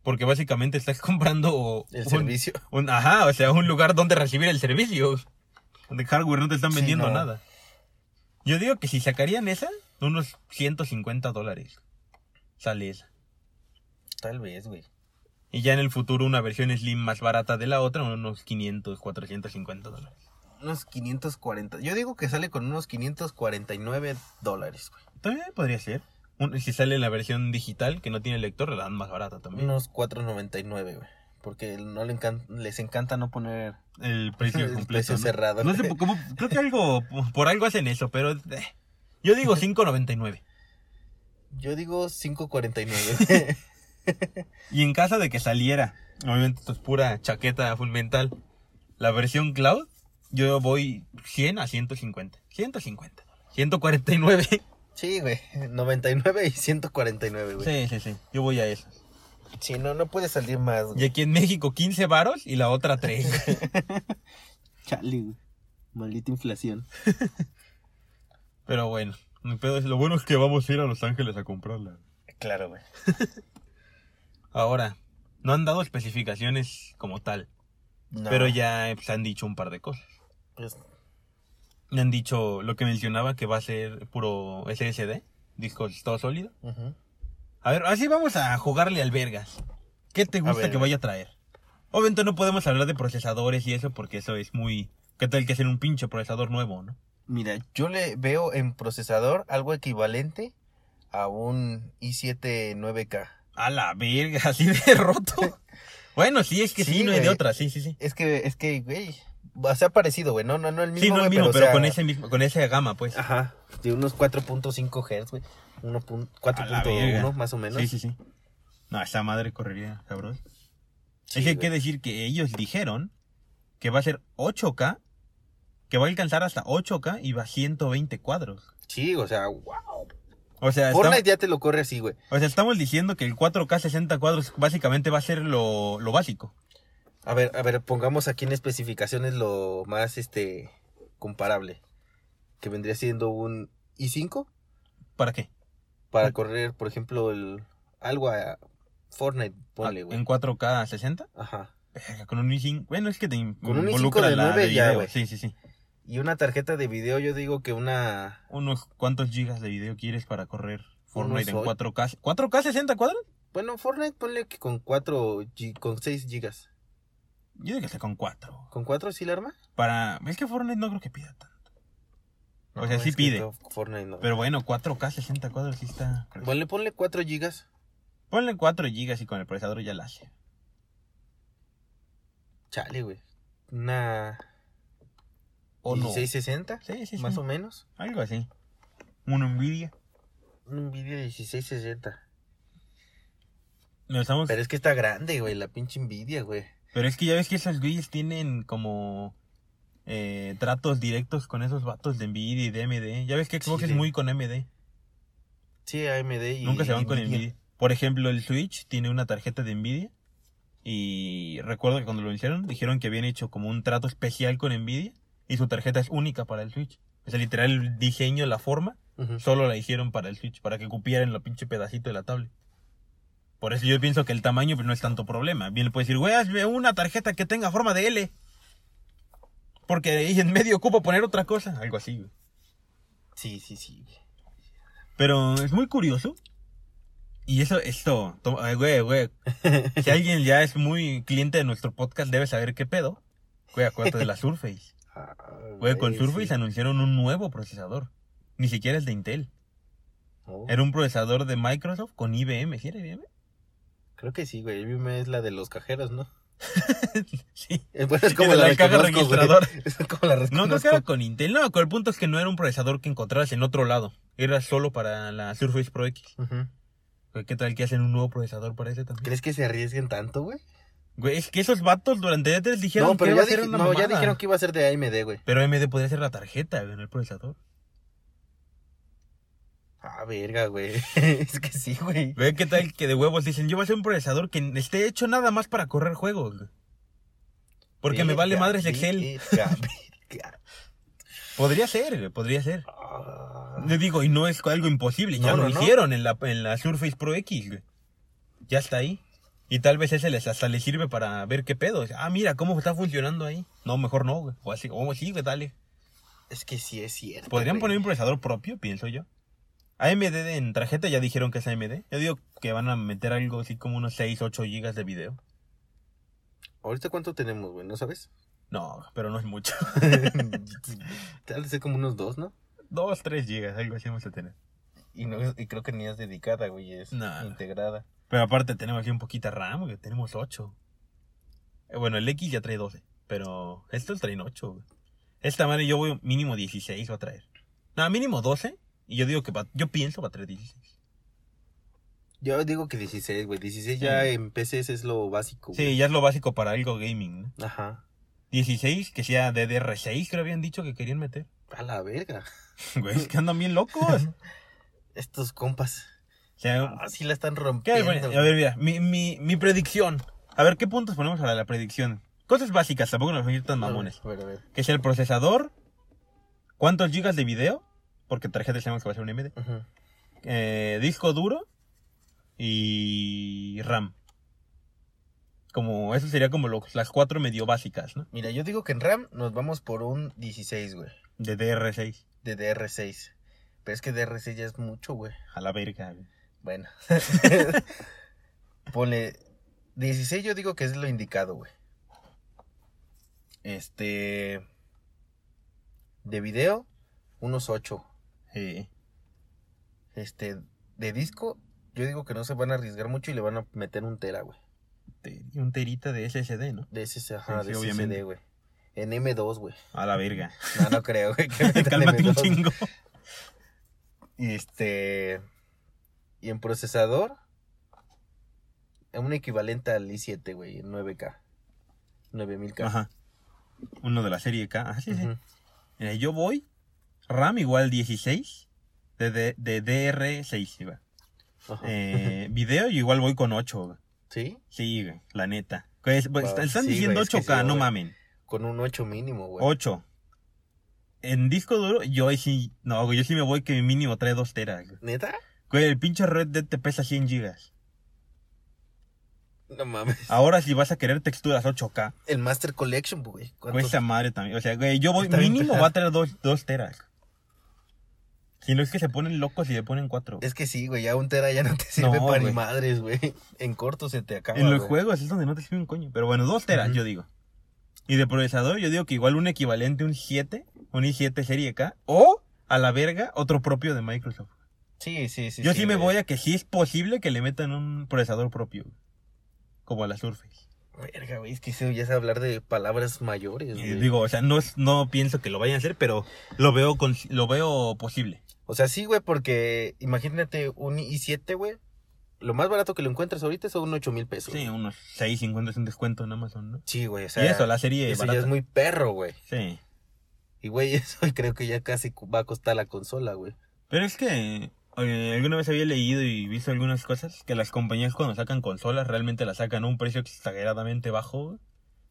Porque básicamente estás comprando
El
un-
servicio.
un- ajá, o sea, un lugar donde recibir el servicio. De hardware no te están
Sí,
vendiendo
no.
nada. Yo digo que si sacarían esa, unos 150 dólares sale esa.
Tal vez, güey.
Y ya en el futuro una versión Slim más barata de la otra, unos 500, 450 dólares.
Unos 540. Yo digo que sale con unos 549 dólares, güey.
También podría ser. Un- si sale la versión digital que no tiene lector, la dan más barata también.
Unos 499, güey. Porque no le encan- les encanta no poner.
El precio
El
completo.
precio
¿no?
cerrado.
No sé por- cómo, creo que algo, por algo hacen eso, pero eh, yo digo 5.99.
Yo digo 549.
Y en caso de que saliera, obviamente esto es pura chaqueta fundamental, la versión cloud, yo voy 100 a 150. 150. 149.
sí, güey. 99 y 149, güey.
Sí, sí, sí. Yo voy a eso.
Sí, no, no puede salir más, güey.
Y aquí en México 15 varos y la otra 3.
Chale, güey. Maldita inflación.
Pero bueno, mi pedo es- lo bueno es que vamos a ir a Los Ángeles a comprarla.
Claro, güey.
Ahora, no han dado especificaciones como tal,
No,
pero ya eh, pues, han dicho un par de cosas.
pues,
Me han dicho lo que mencionaba que va a ser puro SSD, disco todo sólido.
ujú.
A ver, así vamos a jugarle al vergas. ¿Qué te gusta
ver.
que vaya a traer? Obviamente no podemos hablar de procesadores y eso porque eso es muy... ¿Qué tal que hacen un pinche procesador nuevo, no?
Mira, yo le veo en procesador algo equivalente a un i7 9K.
A la verga, así de roto. bueno, sí, es que sí,
Sí,
no hay de
güey.
otra, sí, sí, sí.
Es que, es que, güey, o sea, parecido, güey. No, no, no el mismo,
Sí, no
güey,
el mismo,
o
pero
sea,
con ese mismo, con esa gama, pues.
Ajá, de unos 4.5 Hz, güey. uno pun-
A la verga.
4.1 más o menos.
Sí, sí, sí. No, esa madre correría, cabrón.
Sí,
es que hay
güey.
que decir que ellos dijeron que va a ser 8K, que va a alcanzar hasta 8K y va a 120 cuadros.
Sí, o sea, wow.
O sea, estamos,
Fortnite ya te lo corre así, güey.
o sea, estamos diciendo que el 4K 60 cuadros básicamente va a ser lo, lo básico.
A ver, a ver, pongamos aquí en especificaciones lo más, este, comparable. Que vendría siendo un i5
¿Para qué?
para
Ok.
correr, por ejemplo, el, algo a Fortnite, ponle, güey.
Ah, ¿En 4K 60?
Ajá.
Verga, Con un i5. Bueno, es que te in-
Con un i5
involucra
de
la
nueve ya,
video.
güey.
Sí, sí, sí.
Y una tarjeta de video, yo digo que una...
Unos cuantos gigas de video quieres para correr Fortnite en
ocho.
4K. ¿4K 60 cuadros?
Bueno, Fortnite ponle que con 4, gi- con 6 gigas.
Yo digo que está con 4.
¿Con 4 sí la arma?
Para. Es que Fortnite no creo que pida tanto. O sea,
No,
sí
es que
pide.
no, Fortnite no.
Pero bueno, 4K 60 cuadros sí está. Pues,
Ponle, ponle 4 gigas.
Ponle 4 GB y con el procesador ya la hace.
Chale, güey. Una...
¿O no? Sí,
1660,
sí, sí.
más o menos.
Algo así. Un Nvidia.
Un vídeo 1660.
Nos estamos...
Pero es que está grande, güey, la pinche envidia, güey.
Pero es que ya ves que esos güeyes tienen como. eh, tratos directos con esos vatos de Nvidia y de AMD. Ya ves que Xbox
Sí,
es
de-
muy con AMD.
Sí, AMD y.
Nunca se van con
Nvidia.
Nvidia. Por ejemplo, el Switch tiene una tarjeta de Nvidia. Y recuerdo que cuando lo hicieron, dijeron que habían hecho como un trato especial con Nvidia. Y su tarjeta es única para el Switch. O sea, literal, el diseño, la forma,
Ujú.
solo la hicieron para el Switch, para que cupieran la pinche pedacito de la tablet. Por eso yo pienso que el tamaño pues, no es tanto problema. Bien le puedes decir, güey, hazme una tarjeta que tenga forma de L. Porque ahí en medio ocupo poner otra cosa. Algo así, güey.
Sí, sí, sí. güey.
Pero es muy curioso. Y eso, esto, to- ay, güey, güey. Si alguien ya es muy cliente de nuestro podcast, debe saber qué pedo. Güey, acuérdate de la Surface.
Ah,
Güey, con Surface
sí.
anunciaron un nuevo procesador. Ni siquiera es de Intel.
No,
Era un procesador de Microsoft con IBM. ¿Sí era IBM?
Creo que sí, güey. IBM es la de los cajeros, ¿no?
Sí.
Eh, Bueno, es
Y
como
de
la,
la caja
reconozco, güey.
registradora.
Es como la
No, no
reconozco.
era con Intel. No, el punto es que no era un procesador que encontraras en otro lado. Era solo para la Surface Pro X.
Ujú.
Güey, ¿Qué tal que hacen un nuevo procesador para ese también?
¿Crees que se arriesguen tanto, güey?
Güey, es que esos vatos durante E3 dijeron
No, pero
que
ya,
iba a ser
dij-
una
no, ya
mamada.
dijeron que iba a ser de AMD, güey.
Pero AMD podría ser la tarjeta, güey, no el procesador.
Ah, verga, güey. es que sí, güey.
Ve qué tal que de huevos dicen, yo voy a hacer un procesador que esté hecho nada más para correr juegos. güey. Porque me vale
Verga,
madres Excel.
verga, verga.
Podría ser, güey, podría ser.
Ah.
Yo digo, y no es algo imposible, ya
No,
lo
no, no.
hicieron en la, en la Surface Pro X, güey. Ya está ahí. Y tal vez ese les hasta les sirve para ver qué pedo. Ah, mira, cómo está funcionando ahí. No, mejor no, güey. O así, o sí, güey, dale.
Es que sí es cierto.
Podrían
güey.
poner un procesador propio, pienso yo. AMD de- en tarjeta ya dijeron que es AMD. Yo digo que van a meter algo así como unos 6, 8 gigas de video.
¿Ahorita cuánto tenemos, güey? ¿No sabes?
No, pero no es mucho.
Tal vez como unos dos, ¿no?
2, 3 gigas, algo así vamos a tener.
Y, no y creo que ni es dedicada, güey. Es
No.
integrada.
Pero aparte tenemos aquí un poquita RAM, que tenemos 8. Eh, Bueno, el X ya trae 12, pero estos traen 8. güey. Esta madre yo voy mínimo 16 va a traer. No, mínimo 12. Y yo digo que va- yo pienso va a traer 16.
Yo digo que 16, güey. 16 ya
Sí.
en PCs es lo básico, güey.
Sí, ya es lo básico para algo gaming. ¿no?
Ajá.
16, que sea DDR6, creo habían dicho que querían meter.
A la verga.
Güey, es que andan bien locos. O
Estos compas.
sea,
Así la están
¿qué hay, güey?
rompiendo.
a ver, mira, mi, mi, mi predicción. A ver, ¿qué puntos ponemos para la predicción? Cosas básicas, tampoco nos vamos a ir tan mamones.
A ver, a ver.
Que sea el procesador, cuántos gigas de video, porque tarjeta sabemos que va a ser un MD,
Ujú.
eh, disco duro y RAM. Como, eso sería como lo- las cuatro medio básicas, ¿no?
Mira, yo digo que en RAM nos vamos por un 16, güey.
De DR6,
De DR6. Pero es que DR6 ya es mucho, güey.
a la verga. güey.
Bueno. Ponle 16 yo digo que es lo indicado, güey. Este de video unos 8.
Eh, Sí.
Este de disco, yo digo que no se van a arriesgar mucho y le van a meter un tera, güey.
Te- Un terita de SSD, ¿no?
De ese, ajá,
Sí, sí,
de SSD,
obviamente.
güey. En M2, güey.
A la verga.
No, no creo, güey. que metan
Cálmate un
M2.
chingo.
Y este. Y en procesador. Es un equivalente al i7, güey, en 9K. 9000K.
Ajá. Uno de la serie K. Ah, sí, sí.
Ujú.
Mira, yo voy. RAM igual 16. De, de, de DR6, iba.
Ajá.
Eh, video yo igual voy con 8. güey.
Sí,
Sí, güey, la neta. Pues, pues,
Wow,
están
sí,
diciendo
güey, es que
8K,
sí,
no
güey.
mamen.
con un 8 mínimo, güey.
8. En disco duro, yo ahí sí. No, güey, yo sí me voy que mínimo trae 2 teras. Güey.
¿Neta?
Güey, el pinche Red Dead te pesa 100 gigas.
No mames.
Ahora si vas a querer texturas 8K,
El Master Collection, güey.
güey,
¿Cuántos-
esa madre también. O sea, güey, yo voy
Está bien
mínimo
pesada.
va a traer 2, 2 teras. Si no es que se ponen locos y le ponen 4.
Es que sí, güey, ya un tera ya no te sirve
No,
para
güey.
ni madres, güey. En corto se te acaba.
En los
güey.
juegos es donde no te sirve un coño. Pero bueno, dos teras,
Ujú.
yo digo. Y de procesador, yo digo que igual un equivalente, un 7, un i7 serie K, o a la verga, otro propio de Microsoft.
Sí, sí, sí.
yo sí, me
güey.
voy a que sí es posible que le metan un procesador propio, güey. como a la Surface.
Verga, güey, es que se ya es hablar de palabras mayores,
Y
güey.
Eh, digo, o sea, no, es- no pienso que lo vayan a hacer, pero lo veo, con, lo veo posible.
O sea, sí, güey, porque imagínate un i7, güey. Lo más barato que lo encuentras ahorita son unos 8 mil pesos.
Sí, unos 6.50 es un descuento en Amazon, ¿no?
Sí, güey, o sea.
y eso, la serie
eso ya
barata.
es muy perro, güey.
Sí.
Y, güey, eso creo que ya casi cu- va a costar la consola, güey.
Pero es que eh, alguna vez había leído y visto algunas cosas que las compañías cuando sacan consolas realmente las sacan a un precio exageradamente bajo, güey,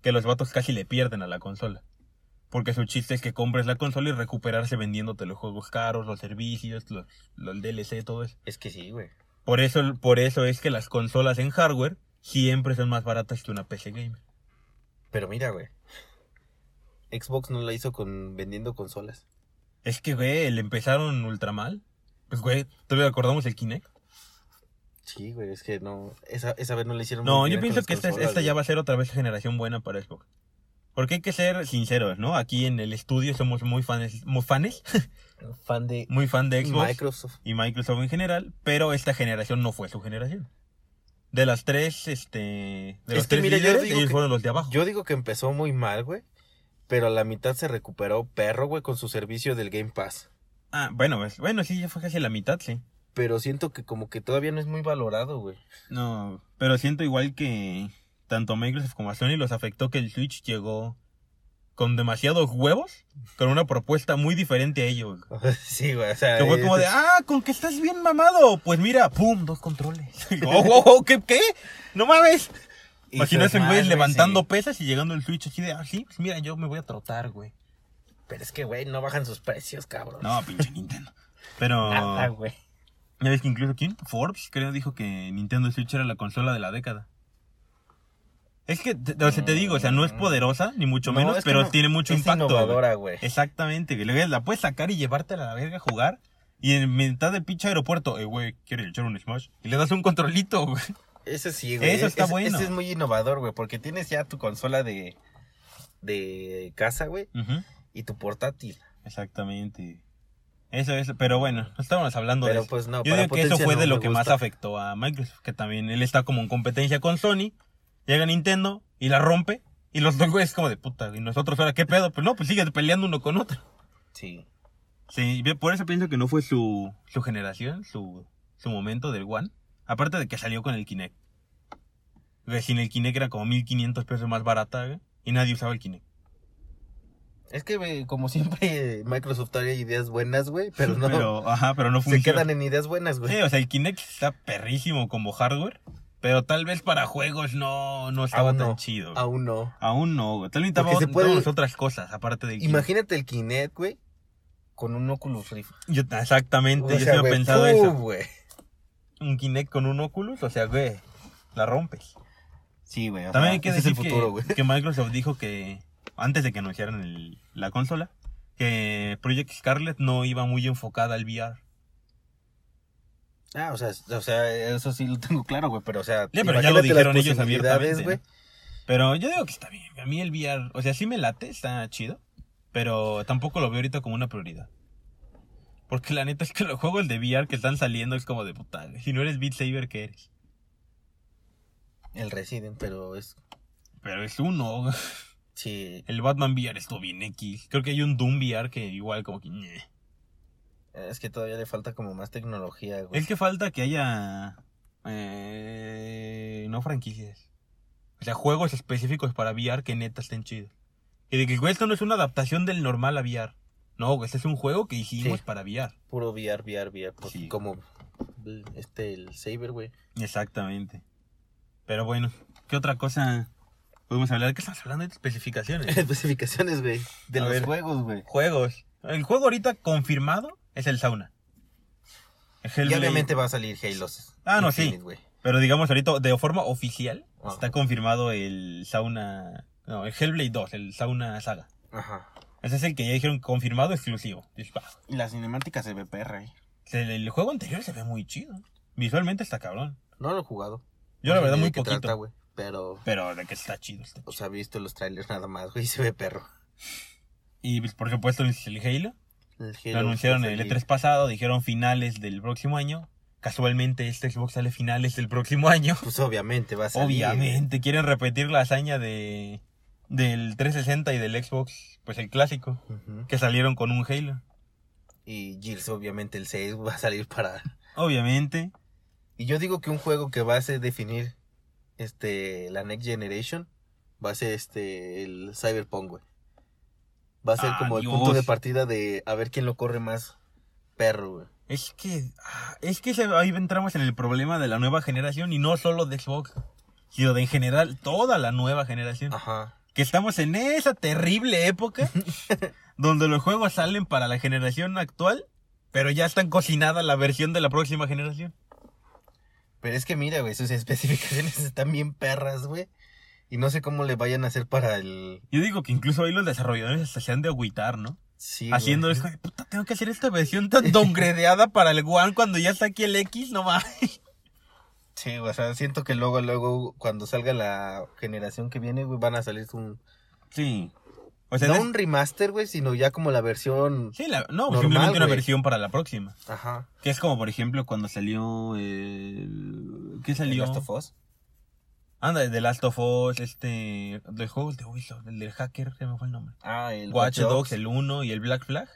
que los vatos casi le pierden a la consola. Porque su chiste es que compres la consola y recuperarse vendiéndote los juegos caros, los servicios, los, los DLC, todo eso.
Es que sí, güey.
Por eso, por eso es que las consolas en hardware siempre son más baratas que una PC gamer.
Pero mira, güey. Xbox no la hizo con vendiendo consolas.
Es que, güey, le empezaron ultra mal. Pues, güey, todavía acordamos el Kinect.
Sí, güey, es que no. Esa, esa vez no le hicieron.
No,
muy bien
yo
con
pienso
las
que esta,
consolas,
esta ya
güey.
va a ser otra vez generación buena para Xbox. Porque hay que ser sinceros, ¿no? Aquí en el estudio somos muy fans, muy fans,
Fan de
muy fan de Xbox
Microsoft.
y Microsoft en general, pero esta generación no fue su generación. De las tres, este, de
Es
los
que
tres
mira, yo
líderes,
digo
ellos
que-
fueron los de abajo.
Yo digo que empezó muy mal, güey. Pero a la mitad se recuperó perro, güey, con su servicio del Game Pass.
Ah, bueno, pues, bueno, sí, ya fue casi la mitad, sí.
Pero siento que como que todavía no es muy valorado, güey.
No, pero siento igual que tanto Microsoft como a Sony los afectó que el Switch llegó con demasiados huevos, con una propuesta muy diferente a ellos.
sí, güey, o sea.
Que fue como de,
es-
ah, con que estás bien mamado. Pues mira, pum, dos controles. oh, oh, oh, ¿qué, ¿Qué? No mames.
y
Imagínate,
su
"Ah, güey,
madre,
levantando
sí.
pesas y llegando el Switch así de, ah, sí, pues mira, yo me voy a trotar, güey.
Pero es que, güey, no bajan sus precios, cabrón.
No, pinche Nintendo. Pero,
Nada, güey.
ya ves que incluso, ¿quién? Forbes, creo, dijo que Nintendo Switch era la consola de la década. Es que, te- o sea, te digo, o sea, no es poderosa, ni mucho
Mm. No,
menos,
es que
pero
no-
tiene mucho
es
impacto. güey. Eh,
innovadora, güey.
Exactamente, güey. Le- La puedes sacar y llevártela a la verga a jugar. Y en mitad del pinche aeropuerto, eh, güey, ¿quieres echar un Smash? Y le das un controlito, güey.
Eso sí, güey.
Eso está
Ese-
bueno.
ese es muy innovador, güey, porque tienes ya tu consola de, de casa, güey, y tu portátil.
Exactamente. Eso es, pero bueno, no estábamos hablando de
Pero
eso.
pues no,
Yo
para
digo que eso
potencia
fue
no
de lo
me
que más
gusta.
afectó a Microsoft, que también él está como en competencia con Sony. Llega Nintendo y la rompe. Y los dos güeyes como de puta, y nosotros ahora qué pedo, pues no, pues siguen peleando uno con otro.
Sí.
Sí, ve- por eso pienso que no fue su, su generación, su, su momento del One. Aparte de que salió con el Kinect. Porque sin el Kinect era como 1500 pesos más barata, güey, Y nadie usaba el Kinect.
Es que, güey, como siempre, Microsoft trae ideas buenas, güey, pero no.
Pero, ajá, pero no
se
funciona.
quedan en ideas buenas, güey.
Sí, o sea, el Kinect está perrísimo como hardware. Pero tal vez para juegos no, no estaba
Aún
tan
no.
chido. güey.
Aún no.
Aún no, güey. Tal vez
Porque se
necesitábamos
puede-
necesitábamos otras cosas aparte del Kinect.
Imagínate el Kinect, güey, con un Oculus Rift.
Yo- exactamente,
O
yo
sea,
sí he
güey,
pensado
¡pum!,
eso.
güey.
Un Kinect con un Oculus, o sea, güey, la rompes.
Sí, güey. ajá.
También hay que
Ese es el
decir que-
futuro, güey.
que, Microsoft dijo que, antes de que anunciaran el- la consola, que Project Scarlet no iba muy enfocada al VR.
Ah, o sea, o sea, eso sí lo tengo claro, güey, pero o sea,
Ya, pero ya
imagínate
lo
las
dijeron ellos
posibilidades,
abiertamente.
güey.
¿no? Pero yo digo que está bien. A mí el VR, o sea, sí me late, está chido, pero tampoco lo veo ahorita como una prioridad. Porque la neta es que los juegos de VR que están saliendo es como de puta. güey. Si no eres Beat Saber, ¿qué eres?
El Resident, pero es.
Pero es uno. güey.
Sí.
El Batman VR estuvo bien X. Creo que hay un Doom VR que igual como que... ñe.
Es que todavía le falta como más tecnología, güey.
Es que falta que haya... eh, no franquicias. O sea, juegos específicos para VR que neta estén chidos. Y de que güey, esto no es una adaptación del normal a VR. No, güey, este es un juego que hicimos
Sí.
para VR.
Puro VR, VR, VR. pues,
Sí.
Como el- este, el Saber, güey.
Exactamente. Pero bueno, ¿qué otra cosa podemos hablar? ¿Qué estamos hablando de especificaciones?
Especificaciones, güey. De
A
los
ver.
juegos, güey.
Juegos. El juego ahorita confirmado es el sauna. Es
Y
Hellblade.
obviamente va a salir Halo.
Ah, no, sí.
Infinite, güey.
Pero digamos ahorita, de forma oficial,
Ajá.
está confirmado el sauna... No, el Hellblade 2, el sauna saga.
Ajá.
Ese es el que ya dijeron confirmado exclusivo. Dices, "Bah,
Y la cinemática se ve perra, eh.
El, el juego anterior se ve muy chido. Visualmente está cabrón.
No lo he jugado.
Yo
No
la
sé
verdad
ni de
muy
qué
poquito.
trata, güey. Pero,
pero de que está chido. este. Está
o
chido.
sea, he visto los trailers nada más, güey. y Se ve perro.
Y pues, por supuesto el Halo.
El Halo
Lo anunciaron
va a
en el E
salir.
E3 pasado, dijeron finales del próximo año. Casualmente este Xbox sale finales del próximo año.
Pues obviamente va a salir.
Obviamente, quieren repetir la hazaña de del 360 y del Xbox, pues el clásico,
Ujú.
que salieron con un Halo.
Y Gears, obviamente, el 6 va a salir para.
Obviamente,
Y yo digo que un juego que va a ser definir este, la Next Generation va a ser este, el Cyberpunk, güey. Va a ser
Ah,
como el
Dios.
punto de partida de a ver quién lo corre más perro, güey.
es que ah, es que se- ahí entramos en el problema de la nueva generación y no solo de Xbox, sino de en general toda la nueva generación.
Ajá.
que estamos en esa terrible época donde los juegos salen para la generación actual, pero ya están cocinada la versión de la próxima generación.
Pero es que mira, güey, sus especificaciones están bien perras, güey. Y no sé cómo le vayan a hacer para el...
Yo digo que incluso hoy los desarrolladores hasta se han de agüitar, ¿no?
Sí, güey.
Haciendo esto, de, puta, tengo que hacer esta versión tan dongredeada para el One cuando ya está aquí el X, no más.
Sí, güey, o sea, siento que luego, luego, cuando salga la generación que viene, güey, van a salir un...
Sí. O sea,
no
es-
un remaster, güey, sino ya como la versión...
sí, la- no,
normal,
simplemente una
güey.
versión para la próxima.
Ajá.
Que es como, por ejemplo, cuando salió el... ¿Qué
¿El
salió?
Last of Us?
Anda, de Last of Us, este... De juegos de Ubisoft, el del hacker, se me fue el nombre.
Ah, el
Watch Dogs, el 1 y el Black Flag.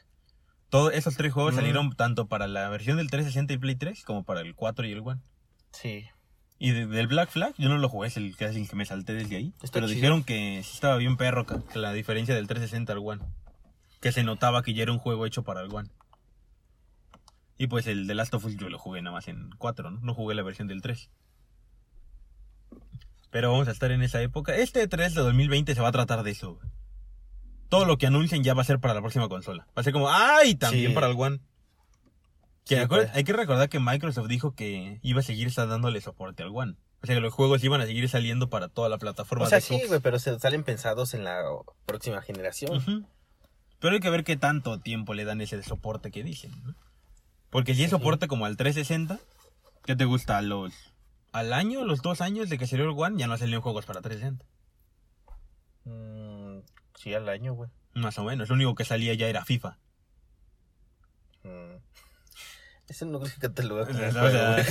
Todos esos tres juegos
Mm.
salieron tanto para la versión del 360 y Play 3 como para el 4 y el 1.
Sí.
Y de- del Black Flag, yo no lo jugué, es el que, es el que me salté desde ahí.
Está
pero
chido.
dijeron que sí estaba bien perro ca- que la diferencia del 360 al 1. Que se notaba que ya era un juego hecho para el 1. Y pues el de Last of Us yo lo jugué nada más en 4, ¿no? No jugué la versión del 3. Pero vamos a estar en esa época. Este 3 de 2020 se va a tratar de eso. güey. Todo lo que anuncien ya va a ser para la próxima consola. Va a ser como, ¡ay! También
Sí.
para el One. Que
Sí,
acuer-
pues.
Hay que recordar que Microsoft dijo que iba a seguir sa- dándole soporte al One. O sea que los juegos iban a seguir saliendo para toda la plataforma
O sea,
de
sí,
Xbox.
güey, pero se salen pensados en la próxima generación.
Ujú. Pero hay que ver qué tanto tiempo le dan ese soporte que dicen. ¿no? Porque si es
Ujú.
soporte como al 360, ¿qué te gusta? A los, al año, los dos años de que salió el One, ya no salieron juegos para 360.
Mm, sí, al año, güey.
Más o menos. Lo único que salía ya era FIFA.
Mm. Ese no creo que te lo voy a
O sea,
comer,
o sea,
güey.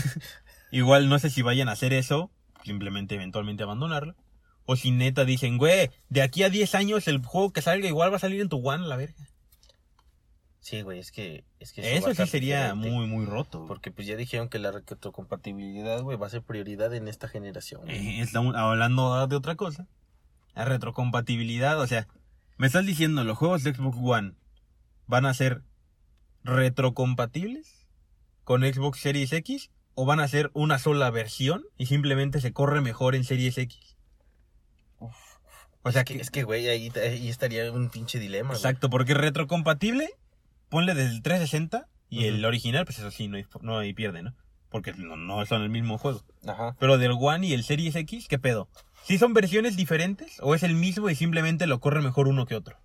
igual no sé si vayan a hacer eso, simplemente eventualmente abandonarlo. O si neta dicen, güey, de aquí a 10 años el juego que salga igual va a salir en tu One, a la verga.
Sí, güey, es que... Es que va a
Eso sí
estar
sería
diferente.
muy, muy roto.
Porque pues ya dijeron que la retrocompatibilidad, güey, va a ser prioridad en esta generación. güey.
Eh, estamos hablando ahora de otra cosa. La retrocompatibilidad, o sea, me estás diciendo, los juegos de Xbox One van a ser retrocompatibles con Xbox Series X o van a ser una sola versión y simplemente se corre mejor en Series X. O sea,
Es que-
que,
es que, güey, ahí, ahí estaría un pinche dilema, güey.
exacto, porque retrocompatible, ponle desde el 360 y el
Ujú.
original, pues eso sí, no hay, no hay pierde, ¿no? Porque no, no son el mismo juego.
Ajá.
Pero del One y el Series X, ¿qué pedo? ¿Sí son versiones diferentes o es el mismo y simplemente lo corre mejor uno que otro?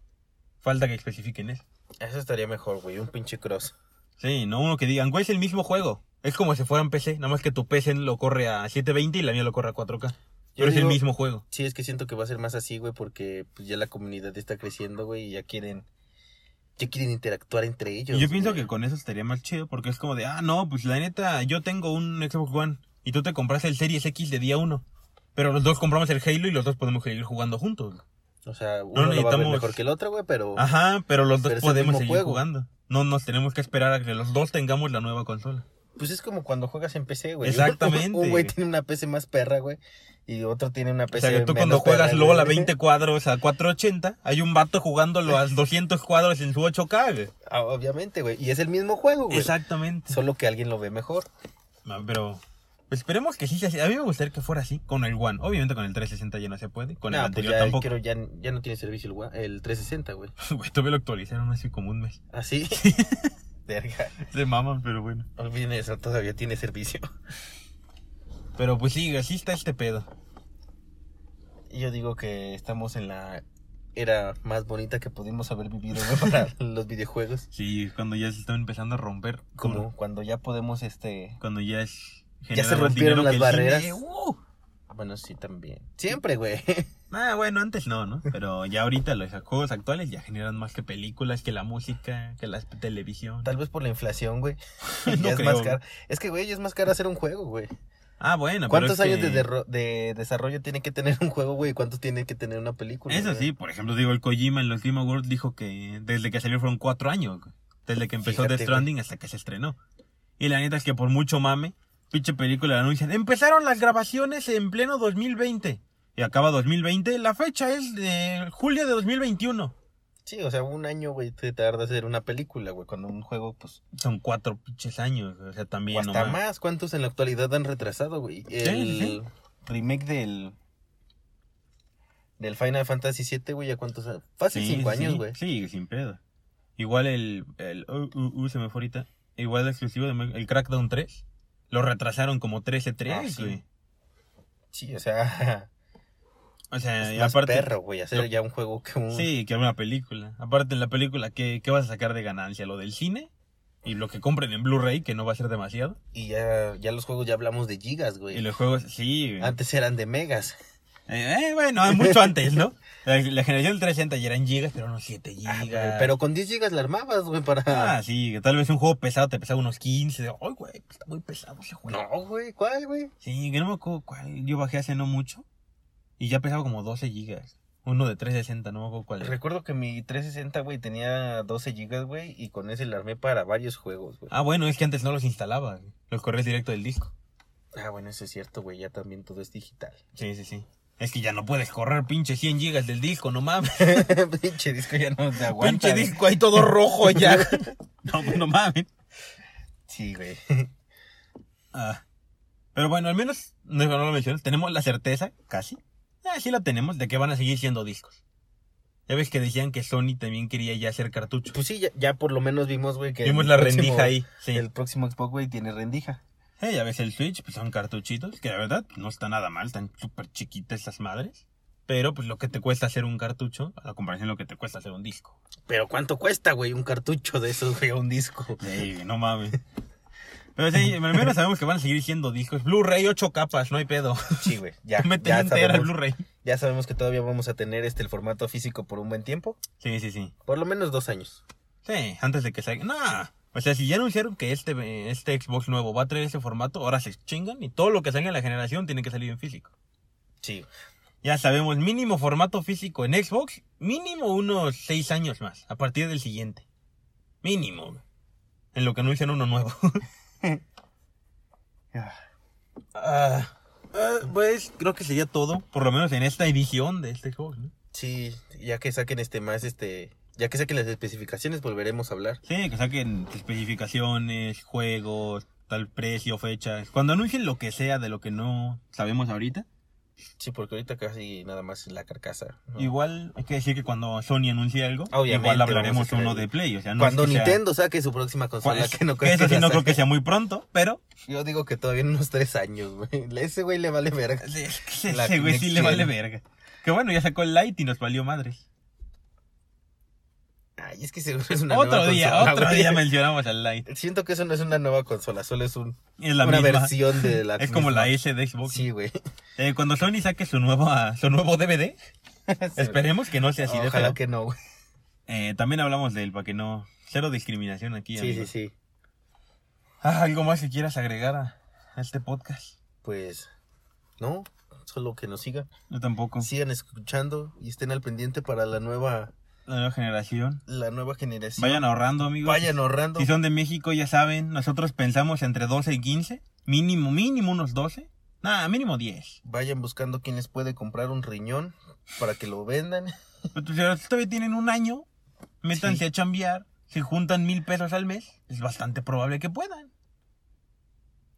Falta que especifiquen eso.
Eso estaría mejor, güey, un pinche cross.
Sí, no uno que digan, güey, es el mismo juego. Es como si fueran PC, nada más que tu PC lo corre a 720 y la mía lo corre a 4K.
Yo
Pero es el
digo-
mismo juego.
Sí, es que siento que va a ser más así, güey, porque pues, ya la comunidad está creciendo, güey, y ya quieren ya quieren interactuar entre ellos.
Y yo pienso
güey.
que con eso estaría más chido porque es como de, ah, no, pues la neta, yo tengo un Xbox One y tú te compraste el Series X de día uno. Pero los dos compramos el Halo y los dos podemos seguir jugando juntos.
O sea, uno lo va a ver
necesitamos- Ah.
mejor que el otro, güey, pero...
Ajá, pero los dos
Pero es el
podemos
mismo
seguir
juego.
jugando. No nos tenemos que esperar a que los dos tengamos la nueva consola.
Pues es como cuando juegas en PC, güey.
Exactamente.
Un güey tiene una PC más perra, güey. Y otro tiene una
O
PC
sea, que tú cuando
menos
juegas
perra,
LOL a
güey.
20 cuadros a 480, hay un vato jugándolo a 200 cuadros en su 8K, güey.
Ah, Obviamente, güey. Y es el mismo juego, güey.
Exactamente.
Solo que alguien lo ve mejor.
No, Pero pues, esperemos que sí sea así. A mí me gustaría que fuera así con el One. Obviamente con el 360 ya no se puede. Con el
Nah, pues
anterior
ya,
tampoco.
creo ya, ya no tiene servicio el, gua- el 360, güey.
Güey, todavía lo actualizaron hace como un mes.
Así. Verga.
Se maman, pero bueno.
Olviden eso, todavía tiene servicio.
Pero pues sí, así está este pedo.
Yo digo que estamos en la era más bonita que pudimos haber vivido, güey, para los videojuegos.
Sí, es cuando ya se están empezando a romper.
Como cuando ya podemos, este...
Cuando ya es...
Ya se
generar más
rompieron
dinero
las
que el
barreras.
cine. ¡Uh!
Bueno, sí, también. Siempre, güey.
Ah, bueno, antes no, ¿no? Pero ya ahorita los juegos actuales ya generan más que películas, que la música, que la televisión.
Tal vez por la inflación, güey.
No
Ya es
creo.
más caro. Es que, güey, ya es más caro hacer un juego, güey.
Ah, bueno, pero
¿Cuántos
es
años
que-
de, derro- de desarrollo tiene que tener un juego, güey? y ¿Cuántos tiene que tener una película?
Eso
güey?
sí, por ejemplo, digo, el Kojima en los Game Awards dijo que desde que salió fueron cuatro años, güey. desde que empezó
Fíjate,
Death Stranding hasta que se estrenó. Y la neta es que por mucho mame, pinche película la anuncian, empezaron las grabaciones en pleno 2020. Y acaba 2020, la fecha es de julio de 2021.
Sí, o sea, un año, güey, te tarda hacer una película, güey. Cuando un juego, pues.
Son cuatro pinches años, güey, o sea,
o
también... no
hasta
mames.
más. ¿Cuántos en la actualidad han retrasado, güey?
sí, sí.
El remake del. Del Final Fantasy VII, güey, ¿ya cuántos? ha- Fácil
Sí,
cinco
sí,
años, güey.
Sí, sin pedo. Igual el. el uh, uh, uh, se me fue ahorita. Igual el exclusivo de Mega- el Crackdown 3. Lo retrasaron como 13
Ah,
3
sí.
güey.
Sí, o sea.
O sea, Eh, y
Es más
aparte.
perro, güey, hacer
lo-
ya un juego que un.
Sí, que una película. Aparte, en la película, ¿qué, ¿qué vas a sacar de ganancia? ¿Lo del cine? Y lo que compren en Blu-ray, que no va a ser demasiado.
Y ya, ya los juegos ya hablamos de gigas, güey.
Y los juegos, sí. güey.
Antes eran de megas.
Eh, eh, bueno, mucho antes, ¿no? La, la generación del 360 ya eran gigas, pero unos 7
Ah, güey,
gigas.
Pero con 10 gigas la armabas, güey, para...
Ah, sí, que tal vez un juego pesado te pesaba unos 15. Ay, güey, pues, está muy pesado ese juego.
no, güey, ¿cuál, güey?
Sí, que no me acuerdo cuál. Yo bajé hace no mucho y ya pesaba como 12 gigas. Uno de 360, no me acuerdo cuál. era.
Recuerdo que mi 360, güey, tenía 12 gigas, güey, y con ese la armé para varios juegos, güey. Ah,
Ah, bueno, es que antes no los instalaba. güey. Los corrías directo del disco.
Ah, bueno, eso es cierto, güey, ya también todo es digital.
Sí, sí, sí. Es que ya no puedes correr pinche 100 gigas del disco, no mames.
Pinche disco ya no te aguanta.
Pinche
güey.
disco ahí todo rojo ya. no, pues, no mames.
Sí, güey.
Ah. Pero bueno, al menos, no, no lo mencionas, tenemos la certeza, casi. Ah, sí la tenemos, de que van a seguir siendo discos. Ya ves que decían que Sony también quería ya hacer cartucho.
Pues sí, ya, ya por lo menos vimos, güey, que...
Vimos
el
la
próximo-
rendija ahí. Sí.
El próximo Xbox, güey, tiene rendija.
Eh, ya ves el Switch, pues son cartuchitos, que la verdad no está nada mal, están súper chiquitas esas madres. Pero pues lo que te cuesta hacer un cartucho, a la comparación de lo que te cuesta hacer un disco.
Pero ¿cuánto cuesta, güey, un cartucho de esos, güey, un disco?
Sí, no mames. Pero sí, al menos sabemos que van a seguir siendo discos. Blu-ray, ocho capas, no hay pedo.
Sí, güey, ya.
Meten
ya
entera el
sabemos-
Blu-ray.
Ya sabemos que todavía vamos a tener este el formato físico por un buen tiempo.
Sí, sí, sí.
Por lo menos dos años.
Sí, antes de que salga. No. O sea, si ya anunciaron que este, eh, este Xbox nuevo va a traer ese formato, ahora se chingan y todo lo que salga en la generación tiene que salir en físico.
Sí.
Ya sabemos, mínimo formato físico en Xbox, mínimo unos 6 años más, a partir del siguiente. Mínimo. güey. En lo que anuncian uno nuevo. Ah, ah, pues creo que sería todo, por lo menos en esta edición de este Xbox. ¿no?
Sí, ya que saquen este más este, ya que saquen las especificaciones volveremos a hablar.
Sí, que saquen especificaciones, juegos, tal precio, fechas. Cuando anuncien lo que sea de lo que no sabemos ahorita,
Sí, porque ahorita casi nada más la carcasa. ¿no?
igual hay que decir que cuando Sony anuncie algo,
Obviamente,
igual
vamos
hablaremos
a creer.
uno de Play. O sea, no es
Cuando
que sea-
Nintendo saque su próxima consola,
Pues,
que no creo
eso
que
sí,
la
no creo
saque.
que sea muy pronto, pero
Yo digo que todavía en unos tres años, güey. Ese güey le vale verga.
es que
La
ese güey sí
Next
le vale
Gen.
verga. Que bueno, ya sacó el Light y nos valió madres.
Ay, es que seguro es una
Otro
nueva
día,
consola,
otro
güey.
día mencionamos al Light.
Siento que eso no es una nueva consola, solo es un,
Es la
una
misma.
versión de la
Es como
misma.
la S de Xbox.
Sí, güey.
Eh, cuando Sony saque su, nueva, su nuevo DVD,
Sí, güey.
esperemos que no sea así de
Ojalá
feo.
que no, güey.
Eh, también hablamos de él, para que no. Cero discriminación aquí.
Sí, sí,
amigo.
sí.
Ah, ¿Algo más que quieras agregar a, a este podcast?
Pues, no, solo que nos sigan.
Yo tampoco.
Sigan escuchando y estén al pendiente para la nueva,
La nueva generación.
la nueva generación.
Vayan ahorrando, amigos.
Vayan ahorrando.
Si son de México, ya saben, nosotros pensamos entre 12 y 15. Mínimo, mínimo unos 12. Nada, mínimo 10.
Vayan buscando quién les puede comprar un riñón para que lo vendan.
Pero pues, si ahorita todavía tienen un año, métanse
Sí.
a chambear. Si juntan mil pesos al mes, es bastante probable que puedan.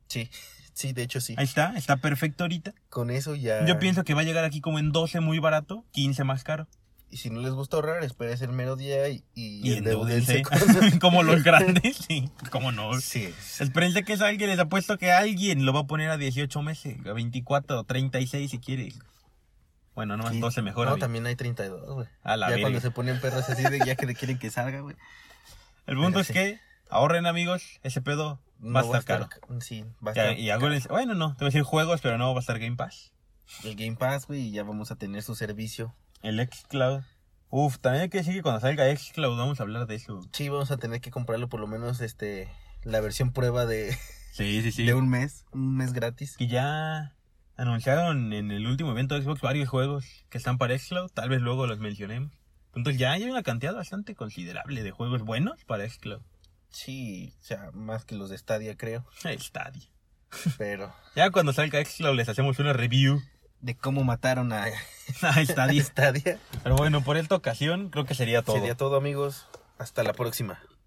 Sí, sí, de hecho sí.
Ahí está, está perfecto ahorita.
Con eso ya.
Yo pienso que va a llegar aquí como en 12 muy barato, 15 más caro.
Y si no les gusta ahorrar, espérense el mero día y, y
Y endeudense.
endéudense con-
como los grandes, sí. Como no.
sí,
Espérense que es alguien, les apuesto que alguien lo va a poner a 18 meses, a 24, 36 si quieres. Bueno, nomás
Sí.
12 mejor.
No,
amigo.
también hay 32, güey.
A la
Ya
verga.
cuando se ponen perros así de ya que le quieren que salga, güey.
El punto
Pero
es
sí.
que ahorren amigos, ese pedo
No
va a estar caro.
ca- Sí, va a
Ya,
estar.
Y acuérdense- bueno, no, te voy a decir juegos, pero no va a estar Game Pass.
El Game Pass, güey, y ya vamos a tener su servicio.
El xCloud. Uf, también hay que decir que cuando salga xCloud vamos a hablar de eso.
Sí, vamos a tener que comprarlo por lo menos este la versión prueba de,
Sí, sí, sí.
de un mes, un mes gratis.
Que ya anunciaron en el último evento de Xbox varios juegos que están para xCloud, tal vez luego los mencionemos. Entonces ya hay una cantidad bastante considerable de juegos buenos para xCloud.
Sí, o sea, más que los de Stadia, creo.
Estadio.
Pero
Ya cuando salga xCloud les hacemos una review
de cómo mataron a,
a
a
Estadio.
Stadia.
Pero bueno, por esta ocasión creo que sería todo.
Sería todo, amigos. Hasta la próxima.